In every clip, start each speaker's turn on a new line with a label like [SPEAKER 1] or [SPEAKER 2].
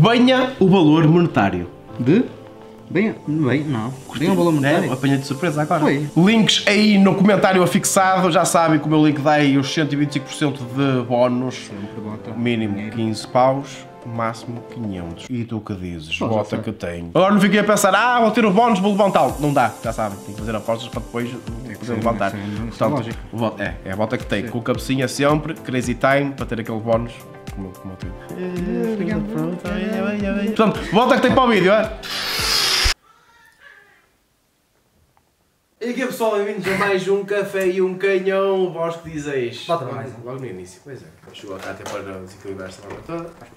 [SPEAKER 1] Venha o valor monetário.
[SPEAKER 2] De? Bem, bem não. Bem o um valor
[SPEAKER 1] É,
[SPEAKER 3] Né?
[SPEAKER 2] monetário.
[SPEAKER 1] apanha de surpresa agora.
[SPEAKER 2] Foi.
[SPEAKER 1] Links aí no comentário afixado. Já sabem que o meu link dá aí os 125% de bónus.
[SPEAKER 2] bota.
[SPEAKER 1] Mínimo 15 paus. Máximo 500. E tu que dizes?
[SPEAKER 2] Bom, já
[SPEAKER 1] Bota
[SPEAKER 2] sei.
[SPEAKER 1] que eu tenho. Agora não fiquei a pensar, ah, vou ter o bónus, vou levantá-lo. Não dá, já sabem. Tem que fazer apostas para depois
[SPEAKER 2] ser,
[SPEAKER 1] poder levantar.
[SPEAKER 2] tem É que ser, isso é
[SPEAKER 1] Portanto,
[SPEAKER 2] lógico.
[SPEAKER 1] o voto- é, é a bota que tem. Com o cabecinha sempre, crazy time, para ter aquele bónus. Como, eu- como eu tive. Portanto, volta que tem para o vídeo, é? E aqui pessoal, bem-vindos a mais um Café e um Canhão, vós que dizeis.
[SPEAKER 2] Bota para mais um.
[SPEAKER 1] Logo no início, pois é. Chegou cá até para desequilibrar esta obra toda, faz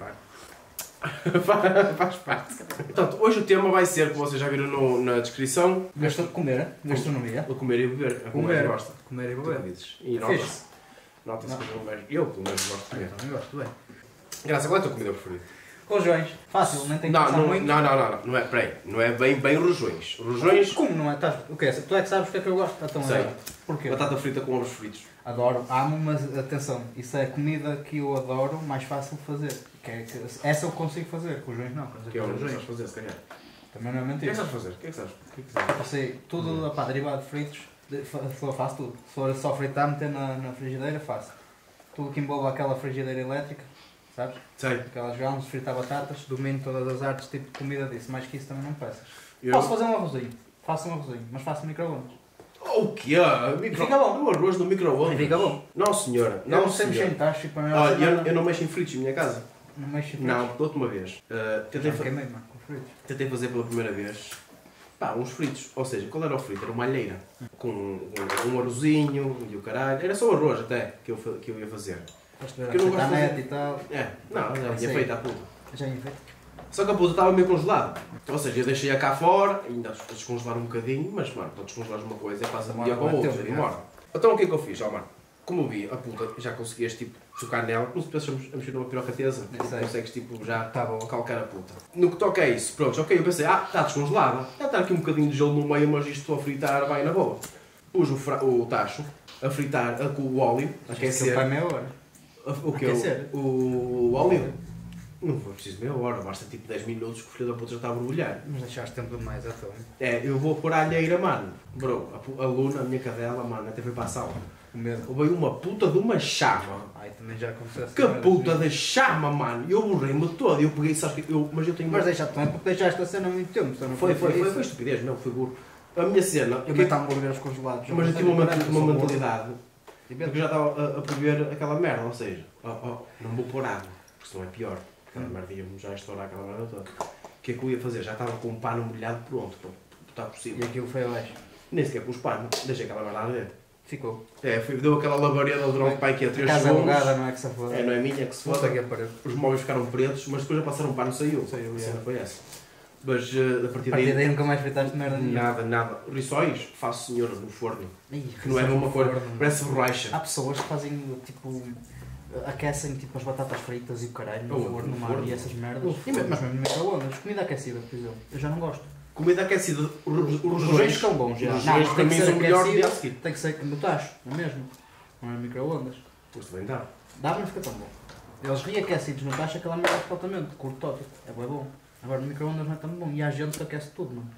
[SPEAKER 1] parte. faz parte. Portanto, hoje o tema vai ser, como vocês já viram no- na descrição,
[SPEAKER 2] Gasta de comer, gastronomia.
[SPEAKER 1] o comer e beber. A
[SPEAKER 2] Comer.
[SPEAKER 1] comer. gosta.
[SPEAKER 2] Comer e
[SPEAKER 1] Tu que
[SPEAKER 2] beber.
[SPEAKER 1] dizes. E
[SPEAKER 2] É
[SPEAKER 1] nota-se.
[SPEAKER 2] fixe. Então.
[SPEAKER 1] Nota-se que eu pelo menos, eu pelo menos gosto de comer.
[SPEAKER 2] também gosto, bem.
[SPEAKER 1] Graça, qual é a tua comida preferida?
[SPEAKER 2] Rojões. Fácil, nem tem que
[SPEAKER 1] Não,
[SPEAKER 2] pensar
[SPEAKER 1] não, não,
[SPEAKER 2] muito.
[SPEAKER 1] não, não, não, não é, peraí, não é bem, bem rojões. Rojões,
[SPEAKER 2] Como não é? Estás- O que é? Tu é que sabes o que é que eu gosto? Então,
[SPEAKER 1] Sei.
[SPEAKER 2] é. Porquê?
[SPEAKER 1] batata frita com ovos fritos.
[SPEAKER 2] Adoro, amo, mas atenção, isso é a comida que eu adoro mais fácil de fazer. Que é que- essa eu consigo fazer, com os joinhos não.
[SPEAKER 1] Que é o que
[SPEAKER 2] com os
[SPEAKER 1] sabes
[SPEAKER 2] joinhos.
[SPEAKER 1] fazer, se calhar. O
[SPEAKER 2] Também não é
[SPEAKER 1] que é que
[SPEAKER 2] mentira.
[SPEAKER 1] sabes fazer? O que é que sabes? O que é que sabes?
[SPEAKER 2] Passei tudo, opá, derivado de fritos, de- fa- só faço tudo. Se for só fritar, meter na, na frigideira, faço. Tudo que envolve aquela frigideira elétrica, sabes?
[SPEAKER 1] Sei.
[SPEAKER 2] Aquelas grãos, fritar batatas, domino todas as artes, tipo de comida disso. Mais que isso também não peças.
[SPEAKER 1] Eu-
[SPEAKER 2] Posso fazer um arrozinho, faço um arrozinho, mas faço micro-ondas.
[SPEAKER 1] O que é?
[SPEAKER 2] Fica bom.
[SPEAKER 1] O arroz do micro-ondas.
[SPEAKER 2] Fica bom.
[SPEAKER 1] Não, senhora.
[SPEAKER 2] Não,
[SPEAKER 1] Não,
[SPEAKER 2] não sei mexer
[SPEAKER 1] senhora.
[SPEAKER 2] em tipo, tachos, para mim não
[SPEAKER 1] Olha,
[SPEAKER 2] sei
[SPEAKER 1] eu,
[SPEAKER 2] nada.
[SPEAKER 1] eu não mexo em fritos em minha casa.
[SPEAKER 2] Não mexo em fritos.
[SPEAKER 1] Não, da última vez. Uh, tentei,
[SPEAKER 2] Já
[SPEAKER 1] fa-
[SPEAKER 2] queimei, mano, com fritos.
[SPEAKER 1] tentei fazer pela primeira vez. Pá, uns fritos. Ou seja, qual era o frito? Era uma alheira. Com um, um arrozinho e o caralho. Era só arroz até que eu, fa- que eu ia fazer.
[SPEAKER 2] Gosto de
[SPEAKER 1] Que
[SPEAKER 2] ver
[SPEAKER 1] eu não
[SPEAKER 2] a
[SPEAKER 1] gosto de
[SPEAKER 2] net e tal.
[SPEAKER 1] É, não, já tinha
[SPEAKER 2] Sei.
[SPEAKER 1] feito à puta.
[SPEAKER 2] Já invento.
[SPEAKER 1] Só que a puta estava meio congelada. Ou seja, eu deixei-a cá fora, ainda a descongelar um bocadinho, mas mano, para descongelares uma coisa é passa de um dia
[SPEAKER 2] Demora
[SPEAKER 1] para o
[SPEAKER 2] muito
[SPEAKER 1] outro,
[SPEAKER 2] tempo,
[SPEAKER 1] demora. Então o que é que eu fiz, ó mano? Como vi, a puta já conseguias tipo tocar nela, como se estivéssemos a mexer numa piroca tesa,
[SPEAKER 2] Não sei.
[SPEAKER 1] consegues tipo já
[SPEAKER 2] Tá bom.
[SPEAKER 1] calcar a puta. No que toca a isso, pronto, ok, eu pensei, ah, está descongelada, já está aqui um bocadinho de gelo no meio, mas isto estou a fritar, vai na boa. Pus o, fra- o tacho a fritar a- com o óleo,
[SPEAKER 2] Aquecer.
[SPEAKER 1] aquecer.
[SPEAKER 2] Aquilo para meia hora.
[SPEAKER 1] O que é
[SPEAKER 2] Aquecer.
[SPEAKER 1] o, o, o óleo? Não foi preciso meia hora, basta tipo 10 minutos que o filho da puta já está a borbulhar.
[SPEAKER 2] Mas deixaste tempo demais à toa. hein?
[SPEAKER 1] É, eu vou pôr a alheira, mano. Bro, a, pu- a Luna, a minha cadela, mano, até foi para a sala.
[SPEAKER 2] O medo.
[SPEAKER 1] Veio uma puta de uma chama.
[SPEAKER 2] Ai, também já aconteceu assim.
[SPEAKER 1] Que puta da chama, mano. Eu borrei-me todo. Eu peguei, sabes que eu, mas eu tenho...
[SPEAKER 2] Mas é deixaste também porque deixaste a cena há muito tempo. Só não
[SPEAKER 1] foi, foi,
[SPEAKER 2] podia
[SPEAKER 1] foi,
[SPEAKER 2] fazer
[SPEAKER 1] foi
[SPEAKER 2] isso.
[SPEAKER 1] estupidez, não, foi burro. A minha cena... é
[SPEAKER 2] Eu meto hambúrgueres congelados.
[SPEAKER 1] mas eu tive uma, uma mentalidade Porque
[SPEAKER 2] E meto-
[SPEAKER 1] eu já estava a, a beber aquela merda, ou seja, ó, ó, não vou pôr água, porque senão é pior. Aquela merda ia-me já estourar aquela merda toda. O que é que eu ia fazer? Já estava com o pano molhado pronto para botar por
[SPEAKER 2] E
[SPEAKER 1] cima.
[SPEAKER 2] aquilo foi abaixo.
[SPEAKER 1] Nem sequer pus pano, deixei aquela merda arder.
[SPEAKER 2] Ficou.
[SPEAKER 1] É, fui- deu aquela labareda durante pai que é 3
[SPEAKER 2] Casa
[SPEAKER 1] segundos.
[SPEAKER 2] alugada, não é que se foda.
[SPEAKER 1] É, não é minha que se
[SPEAKER 2] Volta
[SPEAKER 1] foda.
[SPEAKER 2] aqui a parede.
[SPEAKER 1] Os móveis ficaram pretos, mas depois a passar um pano saiu.
[SPEAKER 2] Saiu,
[SPEAKER 1] a
[SPEAKER 2] é.
[SPEAKER 1] cena foi essa. Mas eh, a
[SPEAKER 2] A
[SPEAKER 1] partir
[SPEAKER 2] partir
[SPEAKER 1] daí,
[SPEAKER 2] daí hum. nunca mais fritaste merda nenhuma.
[SPEAKER 1] nada, nada. Rissóis, faço senhor no forno,
[SPEAKER 2] Ih,
[SPEAKER 1] que não é a
[SPEAKER 2] isso
[SPEAKER 1] mesma coisa,
[SPEAKER 2] forno. Ah.
[SPEAKER 1] parece borracha.
[SPEAKER 2] Há pessoas que fazem tipo. aquecem tipo as batatas fritas e o caralho no
[SPEAKER 1] Oh,
[SPEAKER 2] forno,
[SPEAKER 1] no
[SPEAKER 2] no
[SPEAKER 1] forno.
[SPEAKER 2] e essas merdas.
[SPEAKER 1] No
[SPEAKER 2] E mesmo- Mas mesmo no microondas, comida aquecida, por exemplo. Eu já não gosto.
[SPEAKER 1] Comida aquecida, os
[SPEAKER 2] Os
[SPEAKER 1] rojões
[SPEAKER 2] rojões são bons, já.
[SPEAKER 1] Os
[SPEAKER 2] Não,
[SPEAKER 1] rojões
[SPEAKER 2] mas
[SPEAKER 1] para
[SPEAKER 2] tem
[SPEAKER 1] mim
[SPEAKER 2] que ser
[SPEAKER 1] são melhores
[SPEAKER 2] aquecido.
[SPEAKER 1] de a seguir.
[SPEAKER 2] Tem que ser que no tacho, não é mesmo? Não é microondas.
[SPEAKER 1] Mas também dá.
[SPEAKER 2] Dá, mas não fica tão bom. Eles reaquecidos no tacho, aquela merda totalmente, curto tópico. É bem bom. Agora no microondas não é tão bom. E há gente que aquece tudo, mano.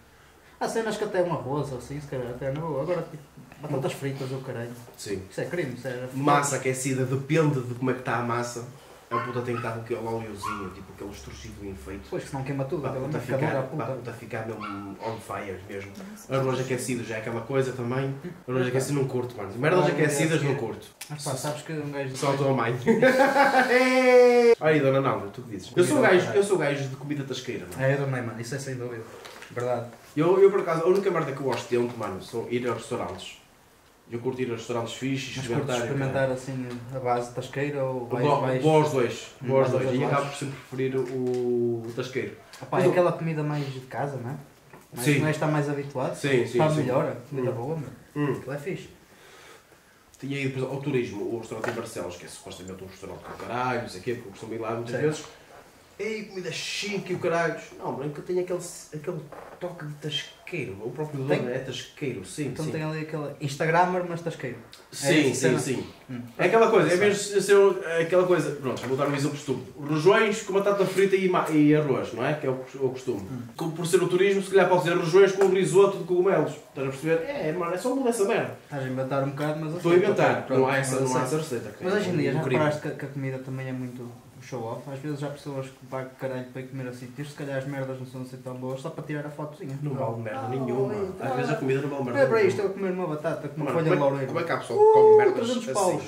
[SPEAKER 2] Há cenas que até um arroz ou assim, se calhar até não boa. Agora tipo, batatas fritas ou caralho.
[SPEAKER 1] Sim.
[SPEAKER 2] Isso é crime, isso é.
[SPEAKER 1] Massa aquecida depende de como é que está a massa. A puta tem que estar com aquele óleozinho, tipo aquele estrugido bem feito.
[SPEAKER 2] Pois que senão queima tudo,
[SPEAKER 1] Para a
[SPEAKER 2] aquela
[SPEAKER 1] puta
[SPEAKER 2] merda fica dura à
[SPEAKER 1] ficar, para a
[SPEAKER 2] puta.
[SPEAKER 1] puta ficar mesmo on fire mesmo. Arroz aquecido já é aquela coisa também. Arroz aquecido não curto, mano. Merdas
[SPEAKER 2] Ah,
[SPEAKER 1] aquecidas
[SPEAKER 2] é, é.
[SPEAKER 1] não curto.
[SPEAKER 2] Mas pá, sabes que um gajo.
[SPEAKER 1] Só a tua mãe. Aí, dona Nalda, tu que dizes? Eu sou gajo, eu sou gajo de comida tasqueira, mano.
[SPEAKER 2] É, eu também, mano, isso é sem dúvida. Verdade.
[SPEAKER 1] Eu, eu por acaso, a única merda que eu gosto de onde, mano, são ir a restaurantes. Eu curto ir a restaurantes fixes,
[SPEAKER 2] Mas curto
[SPEAKER 1] experimentar. então. e caralho.
[SPEAKER 2] experimentar assim a base de tasqueira ou vais.
[SPEAKER 1] Bo-
[SPEAKER 2] vais...
[SPEAKER 1] Bons dois,
[SPEAKER 2] Hum,
[SPEAKER 1] bons
[SPEAKER 2] vais
[SPEAKER 1] dois.
[SPEAKER 2] aos
[SPEAKER 1] E
[SPEAKER 2] lados.
[SPEAKER 1] acabo por sempre preferir o, o tasqueiro.
[SPEAKER 2] Opá, é aquela comida mais de casa, não é? Mas
[SPEAKER 1] Sim.
[SPEAKER 2] um gajo está mais habituado.
[SPEAKER 1] Sim, sim,
[SPEAKER 2] Faz
[SPEAKER 1] sim.
[SPEAKER 2] melhor, a comida
[SPEAKER 1] Hum.
[SPEAKER 2] boa, mano.
[SPEAKER 1] Hum.
[SPEAKER 2] Aquilo é fixe.
[SPEAKER 1] Tinha ido depois ao turismo, o restaurante em Barcelos, que é supostamente um restaurante do caralho, não sei o quê, porque eu costumo ir lá muitas
[SPEAKER 2] Sim.
[SPEAKER 1] vezes. Ei, comida chique e o caralho. Não, branco tem aquele, aquele toque de tasqueiro. O próprio dono
[SPEAKER 2] Tem?
[SPEAKER 1] é tasqueiro, sim,
[SPEAKER 2] Então
[SPEAKER 1] sim.
[SPEAKER 2] tem ali aquele Instagrammer, mas tasqueiro.
[SPEAKER 1] Sim,
[SPEAKER 2] É essa
[SPEAKER 1] sim,
[SPEAKER 2] cena?
[SPEAKER 1] sim.
[SPEAKER 2] Hum.
[SPEAKER 1] É aquela coisa, é mesmo se- se eu- é aquela coisa. Pronto, vou dar um exemplo estúpido. Rojões com batata frita e, ma- e arroz, não é? Que é o, cos- o costume.
[SPEAKER 2] Hum.
[SPEAKER 1] Com- Por ser o turismo, se calhar pode ser rojões com risoto de cogumelos. Estás a perceber? É, mano, é só mudar essa merda.
[SPEAKER 2] Estás a inventar um bocado, mas... eu
[SPEAKER 1] Estou a
[SPEAKER 2] sei.
[SPEAKER 1] inventar.
[SPEAKER 2] Pronto,
[SPEAKER 1] Não há essa,
[SPEAKER 2] mas eu
[SPEAKER 1] não há
[SPEAKER 2] sei.
[SPEAKER 1] essa receita. que
[SPEAKER 2] Mas
[SPEAKER 1] é
[SPEAKER 2] hoje em dia já
[SPEAKER 1] incrível.
[SPEAKER 2] reparaste que, que a comida também é muito show-off. Às vezes há pessoas que pagam caralho para ir comer assim. Se calhar as merdas não são assim tão boas, só para tirar a fotozinha.
[SPEAKER 1] Não vale merda
[SPEAKER 2] Ah,
[SPEAKER 1] nenhuma.
[SPEAKER 2] olha,
[SPEAKER 1] Às vezes a comida não vale merda
[SPEAKER 2] Olha para isto,
[SPEAKER 1] nenhuma.
[SPEAKER 2] eu a comer uma batata com uma
[SPEAKER 1] Mano,
[SPEAKER 2] folha de Uh,
[SPEAKER 1] como, é,
[SPEAKER 2] laurel.
[SPEAKER 1] como é que há pessoal que come merdas
[SPEAKER 2] 300
[SPEAKER 1] assim?
[SPEAKER 2] paus.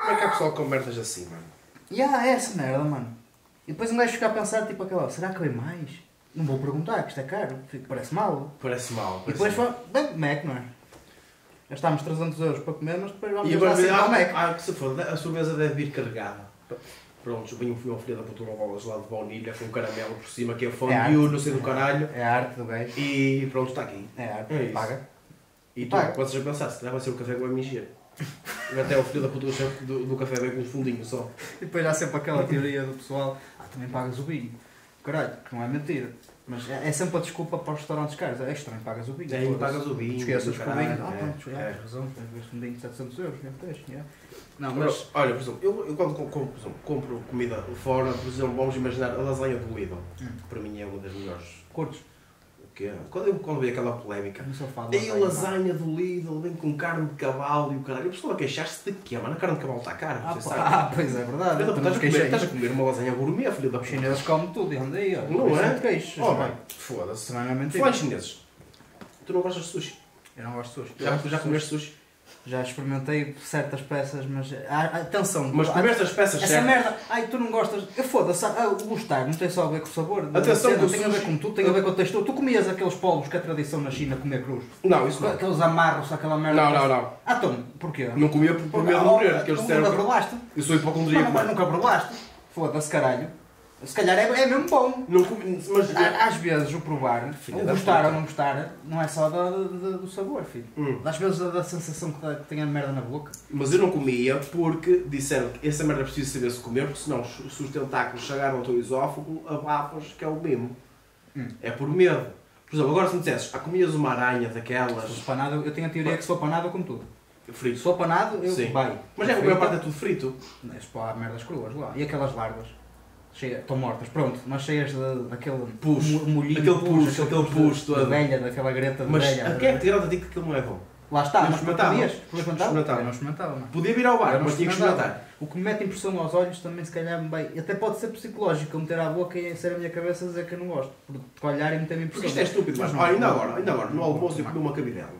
[SPEAKER 1] Como é que há pessoal que come merdas assim, mano?
[SPEAKER 2] E há é essa merda, mano. E depois um gajo fica a pensar, tipo aquela, será que vem mais? Não vou perguntar, que isto é caro, fico- parece mal.
[SPEAKER 1] Parece mal. Parece
[SPEAKER 2] E depois
[SPEAKER 1] mal.
[SPEAKER 2] foi, bem, Mac, não é? Gastámos 300 euros para comer, mas depois vamos
[SPEAKER 1] E
[SPEAKER 2] gastar
[SPEAKER 1] agora
[SPEAKER 2] assim
[SPEAKER 1] vem
[SPEAKER 2] para o Mac.
[SPEAKER 1] ah, ah, que se foda, a sobremesa deve vir carregada. Pronto, vem um filho filho da puta uma bolas lá de baunilha com um caramelo por cima, que é fondue,
[SPEAKER 2] É arte.
[SPEAKER 1] não sei do caralho.
[SPEAKER 2] É a arte do gajo.
[SPEAKER 1] E pronto, está aqui.
[SPEAKER 2] É a arte,
[SPEAKER 1] É isso.
[SPEAKER 2] paga.
[SPEAKER 1] E tu
[SPEAKER 2] Pá.
[SPEAKER 1] começas a pensar, se calhar vai ser o café com a MG. Até o filho da puta do chefe do, do café vem com um fundinho só.
[SPEAKER 2] E depois há sempre aquela teoria do pessoal, ah, também pagas o vinho. Caralho, que não é mentira. Mas é é sempre a desculpa para os restaurantes caros. É estranho, pagas o vinho.
[SPEAKER 1] E aí
[SPEAKER 2] foda-se.
[SPEAKER 1] pagas o vinho.
[SPEAKER 2] Esqueças
[SPEAKER 1] do
[SPEAKER 2] que o
[SPEAKER 1] caralho,
[SPEAKER 2] vinho. Ah,
[SPEAKER 1] é,
[SPEAKER 2] pronto, já,
[SPEAKER 1] é.
[SPEAKER 2] tens razão. Tens visto um vinho de 700 euros, já tens, já. é. Não,
[SPEAKER 1] Agora,
[SPEAKER 2] mas...
[SPEAKER 1] olha, por exemplo, eu, eu quando com- com- por exemplo, compro, comida fora, por exemplo, vamos imaginar a lasanha do Lidl.
[SPEAKER 2] Hum.
[SPEAKER 1] Para mim é uma das melhores.
[SPEAKER 2] Curtos.
[SPEAKER 1] O quê? Quando eu quando vi aquela polémica,
[SPEAKER 2] No sofá.
[SPEAKER 1] Dei a lasanha do Lidl, vem com carne de cavalo e o caralho. E o pessoal a queixar-se de quê, mano? A carne de cavalo está cara,
[SPEAKER 2] Ah,
[SPEAKER 1] você
[SPEAKER 2] pá,
[SPEAKER 1] sabe?
[SPEAKER 2] ah, pois é verdade.
[SPEAKER 1] Filha da puta,
[SPEAKER 2] Eu também
[SPEAKER 1] Estás a, comer,
[SPEAKER 2] queixei.
[SPEAKER 1] estás a comer uma lasanha gourmet, filho da puta.
[SPEAKER 2] Os chineses comem tudo e andam aí, ó.
[SPEAKER 1] Não
[SPEAKER 2] Isso
[SPEAKER 1] é?
[SPEAKER 2] de queixo.
[SPEAKER 1] Oh, mãe, foda-se.
[SPEAKER 2] Também não é mentira.
[SPEAKER 1] Falar em chineses, tu não gostas de sushi?
[SPEAKER 2] Eu não gosto de sushi.
[SPEAKER 1] Já,
[SPEAKER 2] Gosto de
[SPEAKER 1] já
[SPEAKER 2] sushi.
[SPEAKER 1] comeste sushi?
[SPEAKER 2] Já experimentei certas peças, mas. Ah, atenção!
[SPEAKER 1] Mas
[SPEAKER 2] ah,
[SPEAKER 1] comeste as peças
[SPEAKER 2] Essa
[SPEAKER 1] certas?
[SPEAKER 2] merda! Ai, tu não gostas. Eu Foda-se, ah, o gostar não tem só a ver com o sabor. da
[SPEAKER 1] Atenção, que
[SPEAKER 2] cena,
[SPEAKER 1] o
[SPEAKER 2] tem a ver
[SPEAKER 1] sushi-
[SPEAKER 2] com tudo, tem a ver com a textura. Tu comias aqueles polos que a tradição na China comer cruz.
[SPEAKER 1] Não, isso não.
[SPEAKER 2] Aqueles amarros, aquela merda.
[SPEAKER 1] Não, não, não.
[SPEAKER 2] Ah, então, porquê?
[SPEAKER 1] Não comia por, por medo de morrer, que eles
[SPEAKER 2] Nunca
[SPEAKER 1] disseram que
[SPEAKER 2] provaste?
[SPEAKER 1] eu sou hipocondríaco,
[SPEAKER 2] Mas, mas
[SPEAKER 1] oh, mano.
[SPEAKER 2] nunca provaste? Foda-se, caralho. Se calhar é, é mesmo bom.
[SPEAKER 1] Não comi, mas...
[SPEAKER 2] Á- Às vezes o provar,
[SPEAKER 1] Filha
[SPEAKER 2] o
[SPEAKER 1] da
[SPEAKER 2] gostar
[SPEAKER 1] puta.
[SPEAKER 2] ou não gostar, não é só da- da- do sabor, filho.
[SPEAKER 1] Hum.
[SPEAKER 2] Às vezes da, da sensação que, dá- que tem a merda na boca.
[SPEAKER 1] Mas eu não comia porque disseram que essa merda precisa saber se comer, porque senão se se os tentáculos chegaram ao teu esófago, abafas que é o mesmo.
[SPEAKER 2] Hum.
[SPEAKER 1] É por medo. Por exemplo, agora se me dissesses, ah, comias uma aranha
[SPEAKER 2] Se fosse
[SPEAKER 1] daquelas,
[SPEAKER 2] panado, eu tenho a teoria que se for panado, eu como tudo. Se
[SPEAKER 1] frito.
[SPEAKER 2] for panado, eu
[SPEAKER 1] Sim.
[SPEAKER 2] vai.
[SPEAKER 1] Mas é que a maior parte é tudo frito.
[SPEAKER 2] Mas pô, há merdas cruas lá. E aquelas larvas? Cheia- Estão mortas, pronto, mas cheias de- daquele
[SPEAKER 1] Pus.
[SPEAKER 2] mo- molhinho,
[SPEAKER 1] Aquele pus, aquele
[SPEAKER 2] de-
[SPEAKER 1] pus
[SPEAKER 2] de,
[SPEAKER 1] todo.
[SPEAKER 2] velha, daquela greta de
[SPEAKER 1] Mas
[SPEAKER 2] velha.
[SPEAKER 1] a quem é que te garante a ti que aquilo não é bom?
[SPEAKER 2] Lá está,
[SPEAKER 1] Eu
[SPEAKER 2] mas
[SPEAKER 1] experimentava.
[SPEAKER 2] podias, experimentava.
[SPEAKER 1] Experimentava.
[SPEAKER 2] Eu não experimentava, não.
[SPEAKER 1] Podia vir ao
[SPEAKER 2] Eu
[SPEAKER 1] bar,
[SPEAKER 2] não
[SPEAKER 1] mas tinha que
[SPEAKER 2] experimentava.
[SPEAKER 1] experimentar.
[SPEAKER 2] O que me mete impressão aos olhos também se calhar me vai. Até pode ser psicológico, eu meter à boca e ser a minha cabeça a dizer que eu não gosto. Por te olhar e meter-me
[SPEAKER 1] Porque
[SPEAKER 2] impressão.
[SPEAKER 1] isto é estúpido, mas
[SPEAKER 2] Mas não.
[SPEAKER 1] olha, ainda agora, ainda agora, no almoço eu
[SPEAKER 2] Não. é Hum.
[SPEAKER 1] comi uma cabidela.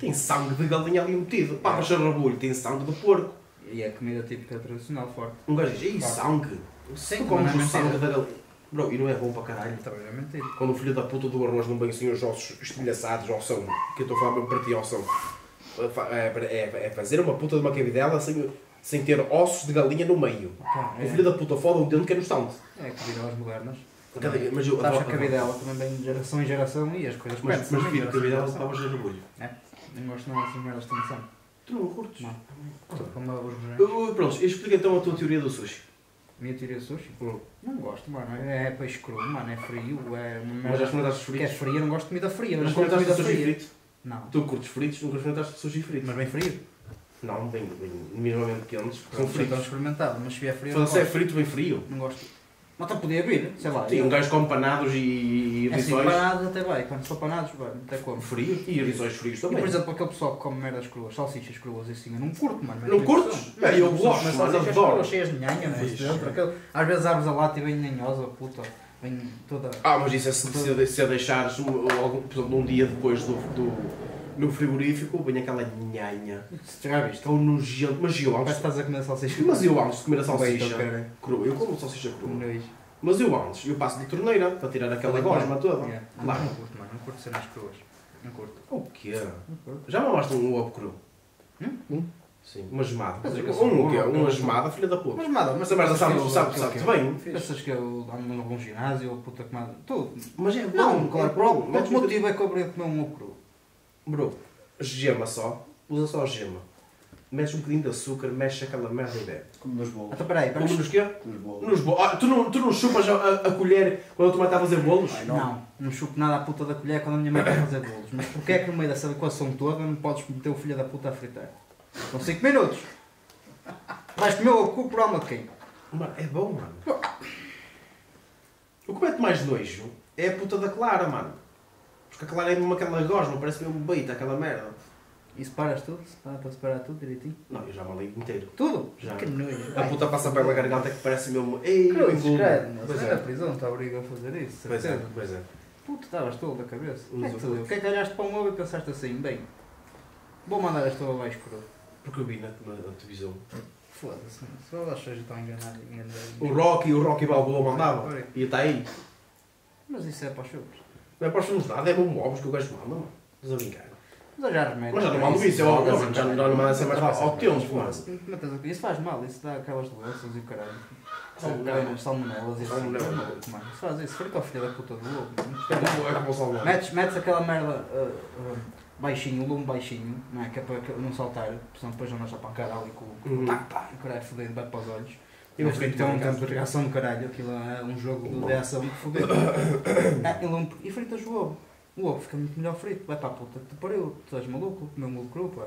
[SPEAKER 1] Tem sangue de galinha ali metido. Pá, mas charrabulho, tem sangue de porco.
[SPEAKER 2] E é comida típica tradicional forte.
[SPEAKER 1] Um gajo diz, ei,
[SPEAKER 2] Claro.
[SPEAKER 1] sangue.
[SPEAKER 2] Sim,
[SPEAKER 1] Tu
[SPEAKER 2] mas
[SPEAKER 1] comes
[SPEAKER 2] não é
[SPEAKER 1] o sangue da
[SPEAKER 2] mentira.
[SPEAKER 1] galinha. Bro, e não é bom para caralho.
[SPEAKER 2] Também não é mentira.
[SPEAKER 1] Quando o filho da puta do arroz não banho sem os ossos estilhaçados ao são, que eu estou a falar mesmo para ti ao são, é, é- é fazer uma puta de uma cabidela sem, sem ter ossos de galinha no meio.
[SPEAKER 2] Pá,
[SPEAKER 1] O filho da puta foda um dente que é no estante.
[SPEAKER 2] É, é cabidelas modernas.
[SPEAKER 1] Cada- mas eu
[SPEAKER 2] Sabes
[SPEAKER 1] adoro-
[SPEAKER 2] que a cabidela também vem de geração em geração e as coisas
[SPEAKER 1] Mas,
[SPEAKER 2] perdem-se
[SPEAKER 1] mas
[SPEAKER 2] também,
[SPEAKER 1] filho,
[SPEAKER 2] de
[SPEAKER 1] cabidela
[SPEAKER 2] geração em
[SPEAKER 1] estavas a orgulho.
[SPEAKER 2] geração. É, não gosto nada dessas merdas de tensão.
[SPEAKER 1] Tu não curtes?
[SPEAKER 2] Não.
[SPEAKER 1] Pronto.
[SPEAKER 2] Como eu vos vejo.
[SPEAKER 1] Eu- eu- Pronto, explica então a tua teoria do sushi.
[SPEAKER 2] Minha teoria sushi? Não gosto, mano. É peixe cru, mano. É frio, é uma
[SPEAKER 1] Mas já
[SPEAKER 2] merda.
[SPEAKER 1] experimentaste
[SPEAKER 2] Que é
[SPEAKER 1] fritos?
[SPEAKER 2] fria, eu não gosto de comida fria. Eu
[SPEAKER 1] Já
[SPEAKER 2] não gosto de
[SPEAKER 1] experimentaste
[SPEAKER 2] comida
[SPEAKER 1] sushi
[SPEAKER 2] fria.
[SPEAKER 1] frito?
[SPEAKER 2] Não.
[SPEAKER 1] Tu curtes fritos, nunca experimentaste sushi frito.
[SPEAKER 2] Mas bem frio.
[SPEAKER 1] Não, bem, bem minimamente quentes, porque são
[SPEAKER 2] Então
[SPEAKER 1] fritos.
[SPEAKER 2] experimentado, mas se vier frio. Não
[SPEAKER 1] Foda-se, é
[SPEAKER 2] gosto.
[SPEAKER 1] frito, bem frio.
[SPEAKER 2] não gosto. Mas então podia vir, sei lá.
[SPEAKER 1] Sim,
[SPEAKER 2] eu-
[SPEAKER 1] um gajo com panados e, e
[SPEAKER 2] é assim,
[SPEAKER 1] rissóis.
[SPEAKER 2] panados até vai. Quando são panados, vai, até como.
[SPEAKER 1] frios e rissóis frios
[SPEAKER 2] E,
[SPEAKER 1] também.
[SPEAKER 2] por exemplo, aquele pessoal que come merdas cruas, salsichas cruas e assim, eu não curto, mano.
[SPEAKER 1] Não curtes? É, eu gosto, mas
[SPEAKER 2] mas salsichas
[SPEAKER 1] adoro. é.
[SPEAKER 2] cruas cheias de nhanha, mas
[SPEAKER 1] Ixi.
[SPEAKER 2] dentro. aquele- Às vezes abres a lata e vem nhanhosa, puta. Vem toda.
[SPEAKER 1] Ah, mas isso é se, se, se a deixares, um- algum, por exemplo, um dia depois do, do- no frigorífico, vem aquela nhanha.
[SPEAKER 2] Se já viste?
[SPEAKER 1] Tão nojento. Mas eu
[SPEAKER 2] Parece que
[SPEAKER 1] antes,
[SPEAKER 2] estás a comer salsicha
[SPEAKER 1] mas eu antes de comer a
[SPEAKER 2] Bem, então,
[SPEAKER 1] salsicha
[SPEAKER 2] cara.
[SPEAKER 1] crua, eu como salsicha
[SPEAKER 2] Um
[SPEAKER 1] crua,
[SPEAKER 2] nojo.
[SPEAKER 1] mas eu antes, eu passo de torneira para tirar aquela gosma toda.
[SPEAKER 2] Yeah. Hum. Não,
[SPEAKER 1] Claro.
[SPEAKER 2] Não curto, mano. Não curto cenas cruas. Não curto.
[SPEAKER 1] O quê?
[SPEAKER 2] Não curto.
[SPEAKER 1] Já mamaste um ovo cru?
[SPEAKER 2] Hum?
[SPEAKER 1] Sim. Uma gemada.
[SPEAKER 2] Mas é que eu sou
[SPEAKER 1] um o quê?
[SPEAKER 2] bom,
[SPEAKER 1] Uma
[SPEAKER 2] eu-
[SPEAKER 1] gemada, filha da puta.
[SPEAKER 2] Mas nada,
[SPEAKER 1] Mas a merda sabe- sabe- sabe-te bem.
[SPEAKER 2] Pensas que eu ando em algum ginásio ou puta que mais. Tudo.
[SPEAKER 1] Mas é
[SPEAKER 2] Não, claro, por algum
[SPEAKER 1] Mas
[SPEAKER 2] outro motivo é que eu abri a comer um ovo cru.
[SPEAKER 1] Bro, gema só. Usa só gema. metes um bocadinho de açúcar, mexes aquela merda e bebe. É
[SPEAKER 4] Como nos bolos.
[SPEAKER 2] Então peraí,
[SPEAKER 1] Como
[SPEAKER 2] peraí.
[SPEAKER 1] nos quê?
[SPEAKER 4] Nos bolos.
[SPEAKER 1] Nos bolos. Ah, tu, não, tu não chupas a, a- a colher quando a tua mãe está a fazer bolos?
[SPEAKER 4] Ai, não.
[SPEAKER 2] Não, não chupo nada à puta da colher quando a minha mãe está a fazer bolos. Mas porquê é que no meio dessa equação toda não podes meter o filho da puta a fritar? São 5 minutos. Vais comer o cu por alma de quem?
[SPEAKER 1] Mano, é bom, mano. O que mete mais nojo é a puta da Clara, mano. Porque a Clara é mesmo aquela gosma, parece mesmo beita, aquela merda.
[SPEAKER 2] E separas tudo? Se dá para separar tudo direitinho?
[SPEAKER 1] Não, eu já malei inteiro.
[SPEAKER 2] Tudo?
[SPEAKER 1] Já.
[SPEAKER 2] Que nojo.
[SPEAKER 1] A puta passa pela garganta que parece mesmo. Ei, eu engulo. Pois
[SPEAKER 2] Mas é.
[SPEAKER 1] é.
[SPEAKER 2] a prisão te obriga a fazer isso,
[SPEAKER 1] Pois é,
[SPEAKER 2] certeza.
[SPEAKER 1] pois é.
[SPEAKER 2] Puto, estavas todo da cabeça.
[SPEAKER 1] Mas
[SPEAKER 2] É que
[SPEAKER 1] o
[SPEAKER 2] tu- O que é que olhaste para um ovo e pensaste assim? Bem, vou mandar esta ovo abaixo por outro.
[SPEAKER 1] Porque eu vi na, na, na televisão.
[SPEAKER 2] Foda-se, mano. se elas sejam tão enganadas.
[SPEAKER 1] O Rocky, o Rocky Balboa mandava. E está aí.
[SPEAKER 2] Mas isso é para os shows.
[SPEAKER 1] Não é para os filmes nada, é mesmo ovos que o gajo manda, mano. Estás a brincar.
[SPEAKER 2] Mas eu já remédio.
[SPEAKER 1] Mas já não mando isso, é óbvio, mano. Já não já não mando essa mais para ao tempo, mano.
[SPEAKER 2] Metas- Isso faz mal, isso dá aquelas doenças e o caralho.
[SPEAKER 1] Salmonela.
[SPEAKER 2] Salmonelas. Salmonelas e assim.
[SPEAKER 1] Salmonela.
[SPEAKER 2] Mano, Isso faz isso, frita o filho da puta do ovo. mano.
[SPEAKER 1] É como o salmão.
[SPEAKER 2] Metes, metes aquela merda ah, ah, baixinho, o lume baixinho, não é? Que é para que- não saltar, senão depois já não está para caralho com o
[SPEAKER 1] Uhum.
[SPEAKER 2] tac, tac, o caralho fodido, vai para os olhos.
[SPEAKER 1] Eu
[SPEAKER 2] Mas
[SPEAKER 1] frito
[SPEAKER 2] tem um
[SPEAKER 1] em casa.
[SPEAKER 2] campo de reação do caralho, aquilo é um jogo de ação fodido. Ah, e lume- e fritas o ovo. O ovo fica muito melhor frito, vai para a puta que te pariu, tu és maluco, comer um ovo cru, pá.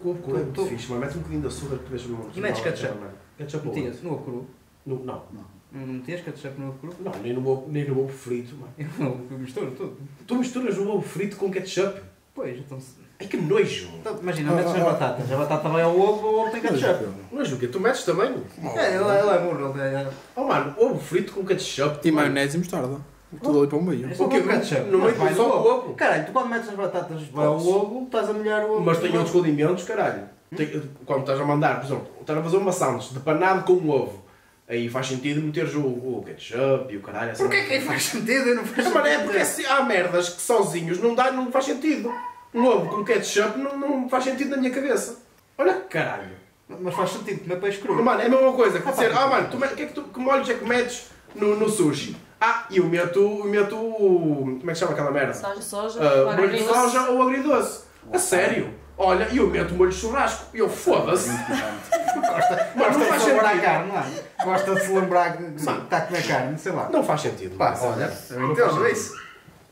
[SPEAKER 1] Com o cor é muito
[SPEAKER 2] Tu-
[SPEAKER 1] fixe, mas mete um bocadinho de açúcar que tu vês no.
[SPEAKER 2] E metes ketchup?
[SPEAKER 1] Ketchup ou
[SPEAKER 2] Metias no ovo cru,
[SPEAKER 1] Não, não,
[SPEAKER 2] não não metias ketchup no ovo cru?
[SPEAKER 1] não, nem no bobo, nem no bobo frito, mano.
[SPEAKER 2] Eu não, eu misturo tudo.
[SPEAKER 1] Tu misturas o bobo frito com ketchup?
[SPEAKER 2] Pois, então se...
[SPEAKER 1] Ai que nojo!
[SPEAKER 2] então, Imagina, metes as batatas, a batata vai ao ovo, o ovo tem ketchup.
[SPEAKER 1] Nojo o quê? Tu metes também?
[SPEAKER 2] É, ele ele é burro, ele é...
[SPEAKER 1] Oh mano, ovo frito com ketchup.
[SPEAKER 3] E maionese e mostarda. Tudo ali para o meio.
[SPEAKER 2] Isso é
[SPEAKER 1] O quê?
[SPEAKER 2] um ketchup.
[SPEAKER 1] No meio
[SPEAKER 2] Mas vai
[SPEAKER 1] só
[SPEAKER 2] no
[SPEAKER 1] o ovo?
[SPEAKER 2] Caralho, tu quando metes as batatas vai ao ovo, estás a molhar o ovo.
[SPEAKER 1] Mas tem outros condimentos, caralho.
[SPEAKER 2] Hum?
[SPEAKER 1] Tem- quando estás a mandar, por exemplo, estás a fazer uma sandes de panado com um ovo. Aí faz sentido meteres o, o ketchup e o caralho. essa
[SPEAKER 2] Porquê que aí
[SPEAKER 1] merda.
[SPEAKER 2] faz sentido e não faz
[SPEAKER 1] Ah,
[SPEAKER 2] sentido?
[SPEAKER 1] mano, é porque se- há merdas que sozinhos não dá, não faz sentido. Um ovo com ketchup não, não faz sentido na minha cabeça. Olha que caralho.
[SPEAKER 2] Mas faz sentido comer peixe cru.
[SPEAKER 1] Mano, é a mesma coisa que dizer, ah mano, tu, me- que, é que, tu, que molhos é que metes no, no sushi? Ah, e eu meto, eu meto, o- como é que chama aquela merda?
[SPEAKER 5] Soja, soja,
[SPEAKER 1] Ah, molho de
[SPEAKER 5] agridoce.
[SPEAKER 1] soja ou agridoce. A sério? Olha, e eu meto molho de churrasco. E eu foda-se.
[SPEAKER 4] Muito picante.
[SPEAKER 1] Mano,
[SPEAKER 2] Gosta
[SPEAKER 1] não
[SPEAKER 2] de
[SPEAKER 1] faz
[SPEAKER 2] se lembrar a
[SPEAKER 1] sentido.
[SPEAKER 2] carne, não é? Gosta de se lembrar que que
[SPEAKER 1] Mano.
[SPEAKER 2] está a comer carne, sei lá.
[SPEAKER 1] Não faz sentido.
[SPEAKER 2] Pá,
[SPEAKER 1] mano.
[SPEAKER 2] olha,
[SPEAKER 1] Não faz
[SPEAKER 2] então,
[SPEAKER 1] sentido.
[SPEAKER 2] é isso.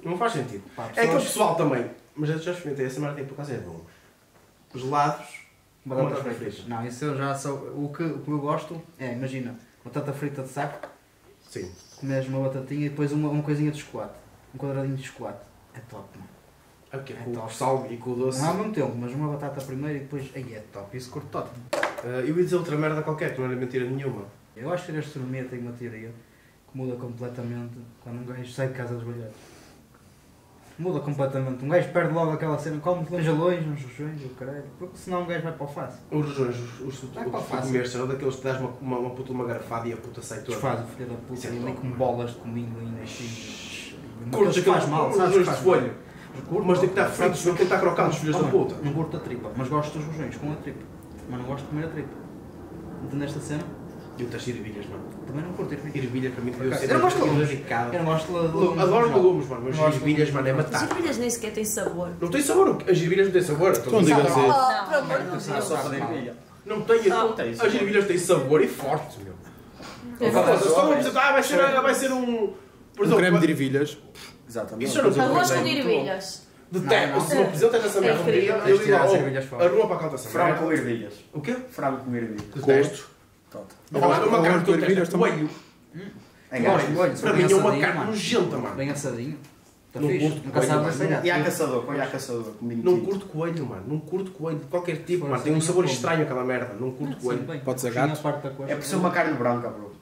[SPEAKER 1] Não faz sentido.
[SPEAKER 2] Pá,
[SPEAKER 1] É que o
[SPEAKER 2] pessoas-
[SPEAKER 1] pessoal também. Mas eu já experimentei, essa merda tem por causa é bom. Gelados.
[SPEAKER 2] Batatas
[SPEAKER 1] Batatas
[SPEAKER 2] fritas.
[SPEAKER 1] fritas.
[SPEAKER 2] Não, isso eu já sou... O que, o que eu gosto é, imagina, batata frita de saco,
[SPEAKER 1] Sim.
[SPEAKER 2] comes uma batatinha e depois uma, uma coisinha de chocolate. Um quadradinho de chocolate. É top, mano.
[SPEAKER 1] É porque
[SPEAKER 2] É
[SPEAKER 1] com o
[SPEAKER 2] top.
[SPEAKER 1] sal e com o doce.
[SPEAKER 2] Não é ao mesmo tempo, mas uma batata primeiro e depois... Aí é top, isso curto top.
[SPEAKER 1] Ah, eu ia dizer outra merda qualquer, que não era mentira nenhuma.
[SPEAKER 2] Eu acho que a gastronomia tem uma teoria que muda completamente quando um gajo sai de casa dos balhados. Muda completamente. Um gajo perde logo aquela cena, come de longe a longe, uns rojões, o caralho. Porque senão um gajo vai para o fácil.
[SPEAKER 1] Os rojões, os, os, os,
[SPEAKER 2] Ah, pá,
[SPEAKER 1] os
[SPEAKER 2] fácil.
[SPEAKER 1] comeres, eram daqueles que dás uma, uma, uma puta uma garrafada e a puta sai toda.
[SPEAKER 2] Desfaz o filho da puta
[SPEAKER 1] Isso é
[SPEAKER 2] e ali
[SPEAKER 1] top,
[SPEAKER 2] com
[SPEAKER 1] mano.
[SPEAKER 2] bolas de comigo ainda assim.
[SPEAKER 1] Curtes
[SPEAKER 2] Aquilo
[SPEAKER 1] aqueles
[SPEAKER 2] faz mal,
[SPEAKER 1] os
[SPEAKER 2] sabes?
[SPEAKER 1] rojões de
[SPEAKER 2] Faz
[SPEAKER 1] folha.
[SPEAKER 2] mal. Curto,
[SPEAKER 1] Mas tem que estar
[SPEAKER 2] curto,
[SPEAKER 1] fritos, não tem que estar crocantes, filhos
[SPEAKER 2] Oh,
[SPEAKER 1] da
[SPEAKER 2] mano,
[SPEAKER 1] puta.
[SPEAKER 2] Não curto a tripa, mas gosto dos rojões com a tripa. Mas não gosto de comer a tripa. Entendeste a cena?
[SPEAKER 1] E outras ervilhas, mano.
[SPEAKER 2] Também não curto ervilha.
[SPEAKER 1] Ervilha para mim devia
[SPEAKER 2] acaso,
[SPEAKER 1] ser.
[SPEAKER 2] eu não gosto de
[SPEAKER 1] aquilo
[SPEAKER 2] legumes.
[SPEAKER 1] radicado.
[SPEAKER 2] Eu não gosto de legumes.
[SPEAKER 1] Adoro
[SPEAKER 2] não.
[SPEAKER 1] legumes, mano, mas
[SPEAKER 2] Não gosto de
[SPEAKER 1] ervilhas, mano, é
[SPEAKER 2] legumes.
[SPEAKER 5] As
[SPEAKER 1] matar.
[SPEAKER 5] ervilhas nem sequer têm sabor.
[SPEAKER 1] Não tem sabor, o quê? as ervilhas não têm sabor.
[SPEAKER 3] Não
[SPEAKER 1] Não,
[SPEAKER 3] digas isso.
[SPEAKER 5] Oh, por amor de Deus.
[SPEAKER 2] Não, só de ervilha.
[SPEAKER 1] não tem,
[SPEAKER 5] Não.
[SPEAKER 1] não tem. As ervilhas têm sabor e forte, meu.
[SPEAKER 2] É
[SPEAKER 5] Eu não
[SPEAKER 1] Foda-se,
[SPEAKER 5] gosto.
[SPEAKER 1] Só uma pessoa, ah, vai ser, vai ser um. Por
[SPEAKER 3] Um creme
[SPEAKER 1] exemplo,
[SPEAKER 3] de ervilhas.
[SPEAKER 4] Exatamente.
[SPEAKER 1] isso eu não sei.
[SPEAKER 5] Arroz
[SPEAKER 1] bem.
[SPEAKER 5] com ervilhas.
[SPEAKER 1] Detesta,
[SPEAKER 2] Não, não.
[SPEAKER 1] se me apresentas essa merda um dia,
[SPEAKER 5] incrível.
[SPEAKER 1] eu
[SPEAKER 2] Tens de
[SPEAKER 1] digo,
[SPEAKER 2] tirar as
[SPEAKER 1] oh,
[SPEAKER 2] ervilhas fora.
[SPEAKER 1] arruma para a calça
[SPEAKER 4] Frango com
[SPEAKER 1] sagrada.
[SPEAKER 4] ervilhas.
[SPEAKER 1] O quê?
[SPEAKER 4] Frango com ervilhas.
[SPEAKER 1] Detesto.
[SPEAKER 4] Tota.
[SPEAKER 3] Arroz-
[SPEAKER 1] Uma
[SPEAKER 3] arroz
[SPEAKER 1] carne
[SPEAKER 3] com
[SPEAKER 1] que eu
[SPEAKER 3] ervilhas
[SPEAKER 1] detesto. O
[SPEAKER 3] também.
[SPEAKER 1] alho,
[SPEAKER 4] Engaste.
[SPEAKER 2] Olho, olho,
[SPEAKER 1] para
[SPEAKER 2] bem
[SPEAKER 1] mim, é uma
[SPEAKER 2] assadinho,
[SPEAKER 1] carne
[SPEAKER 2] mano.
[SPEAKER 1] nojenta, mano.
[SPEAKER 2] Bem assadinho. Está
[SPEAKER 1] Não
[SPEAKER 2] fixe.
[SPEAKER 1] curto
[SPEAKER 2] Nunca
[SPEAKER 1] coelho,
[SPEAKER 2] sabes
[SPEAKER 1] mano.
[SPEAKER 2] assalhar.
[SPEAKER 4] E há caçador, põe há caçador. comigo
[SPEAKER 1] Não
[SPEAKER 4] aqui.
[SPEAKER 1] curto coelho, mano. Não curto coelho de qualquer tipo,
[SPEAKER 2] Fora
[SPEAKER 1] mano. Tem um
[SPEAKER 2] assim,
[SPEAKER 1] sabor
[SPEAKER 2] como.
[SPEAKER 1] estranho aquela merda. Não curto coelho.
[SPEAKER 3] Pode ser gato.
[SPEAKER 4] É por ser uma carne branca, bro.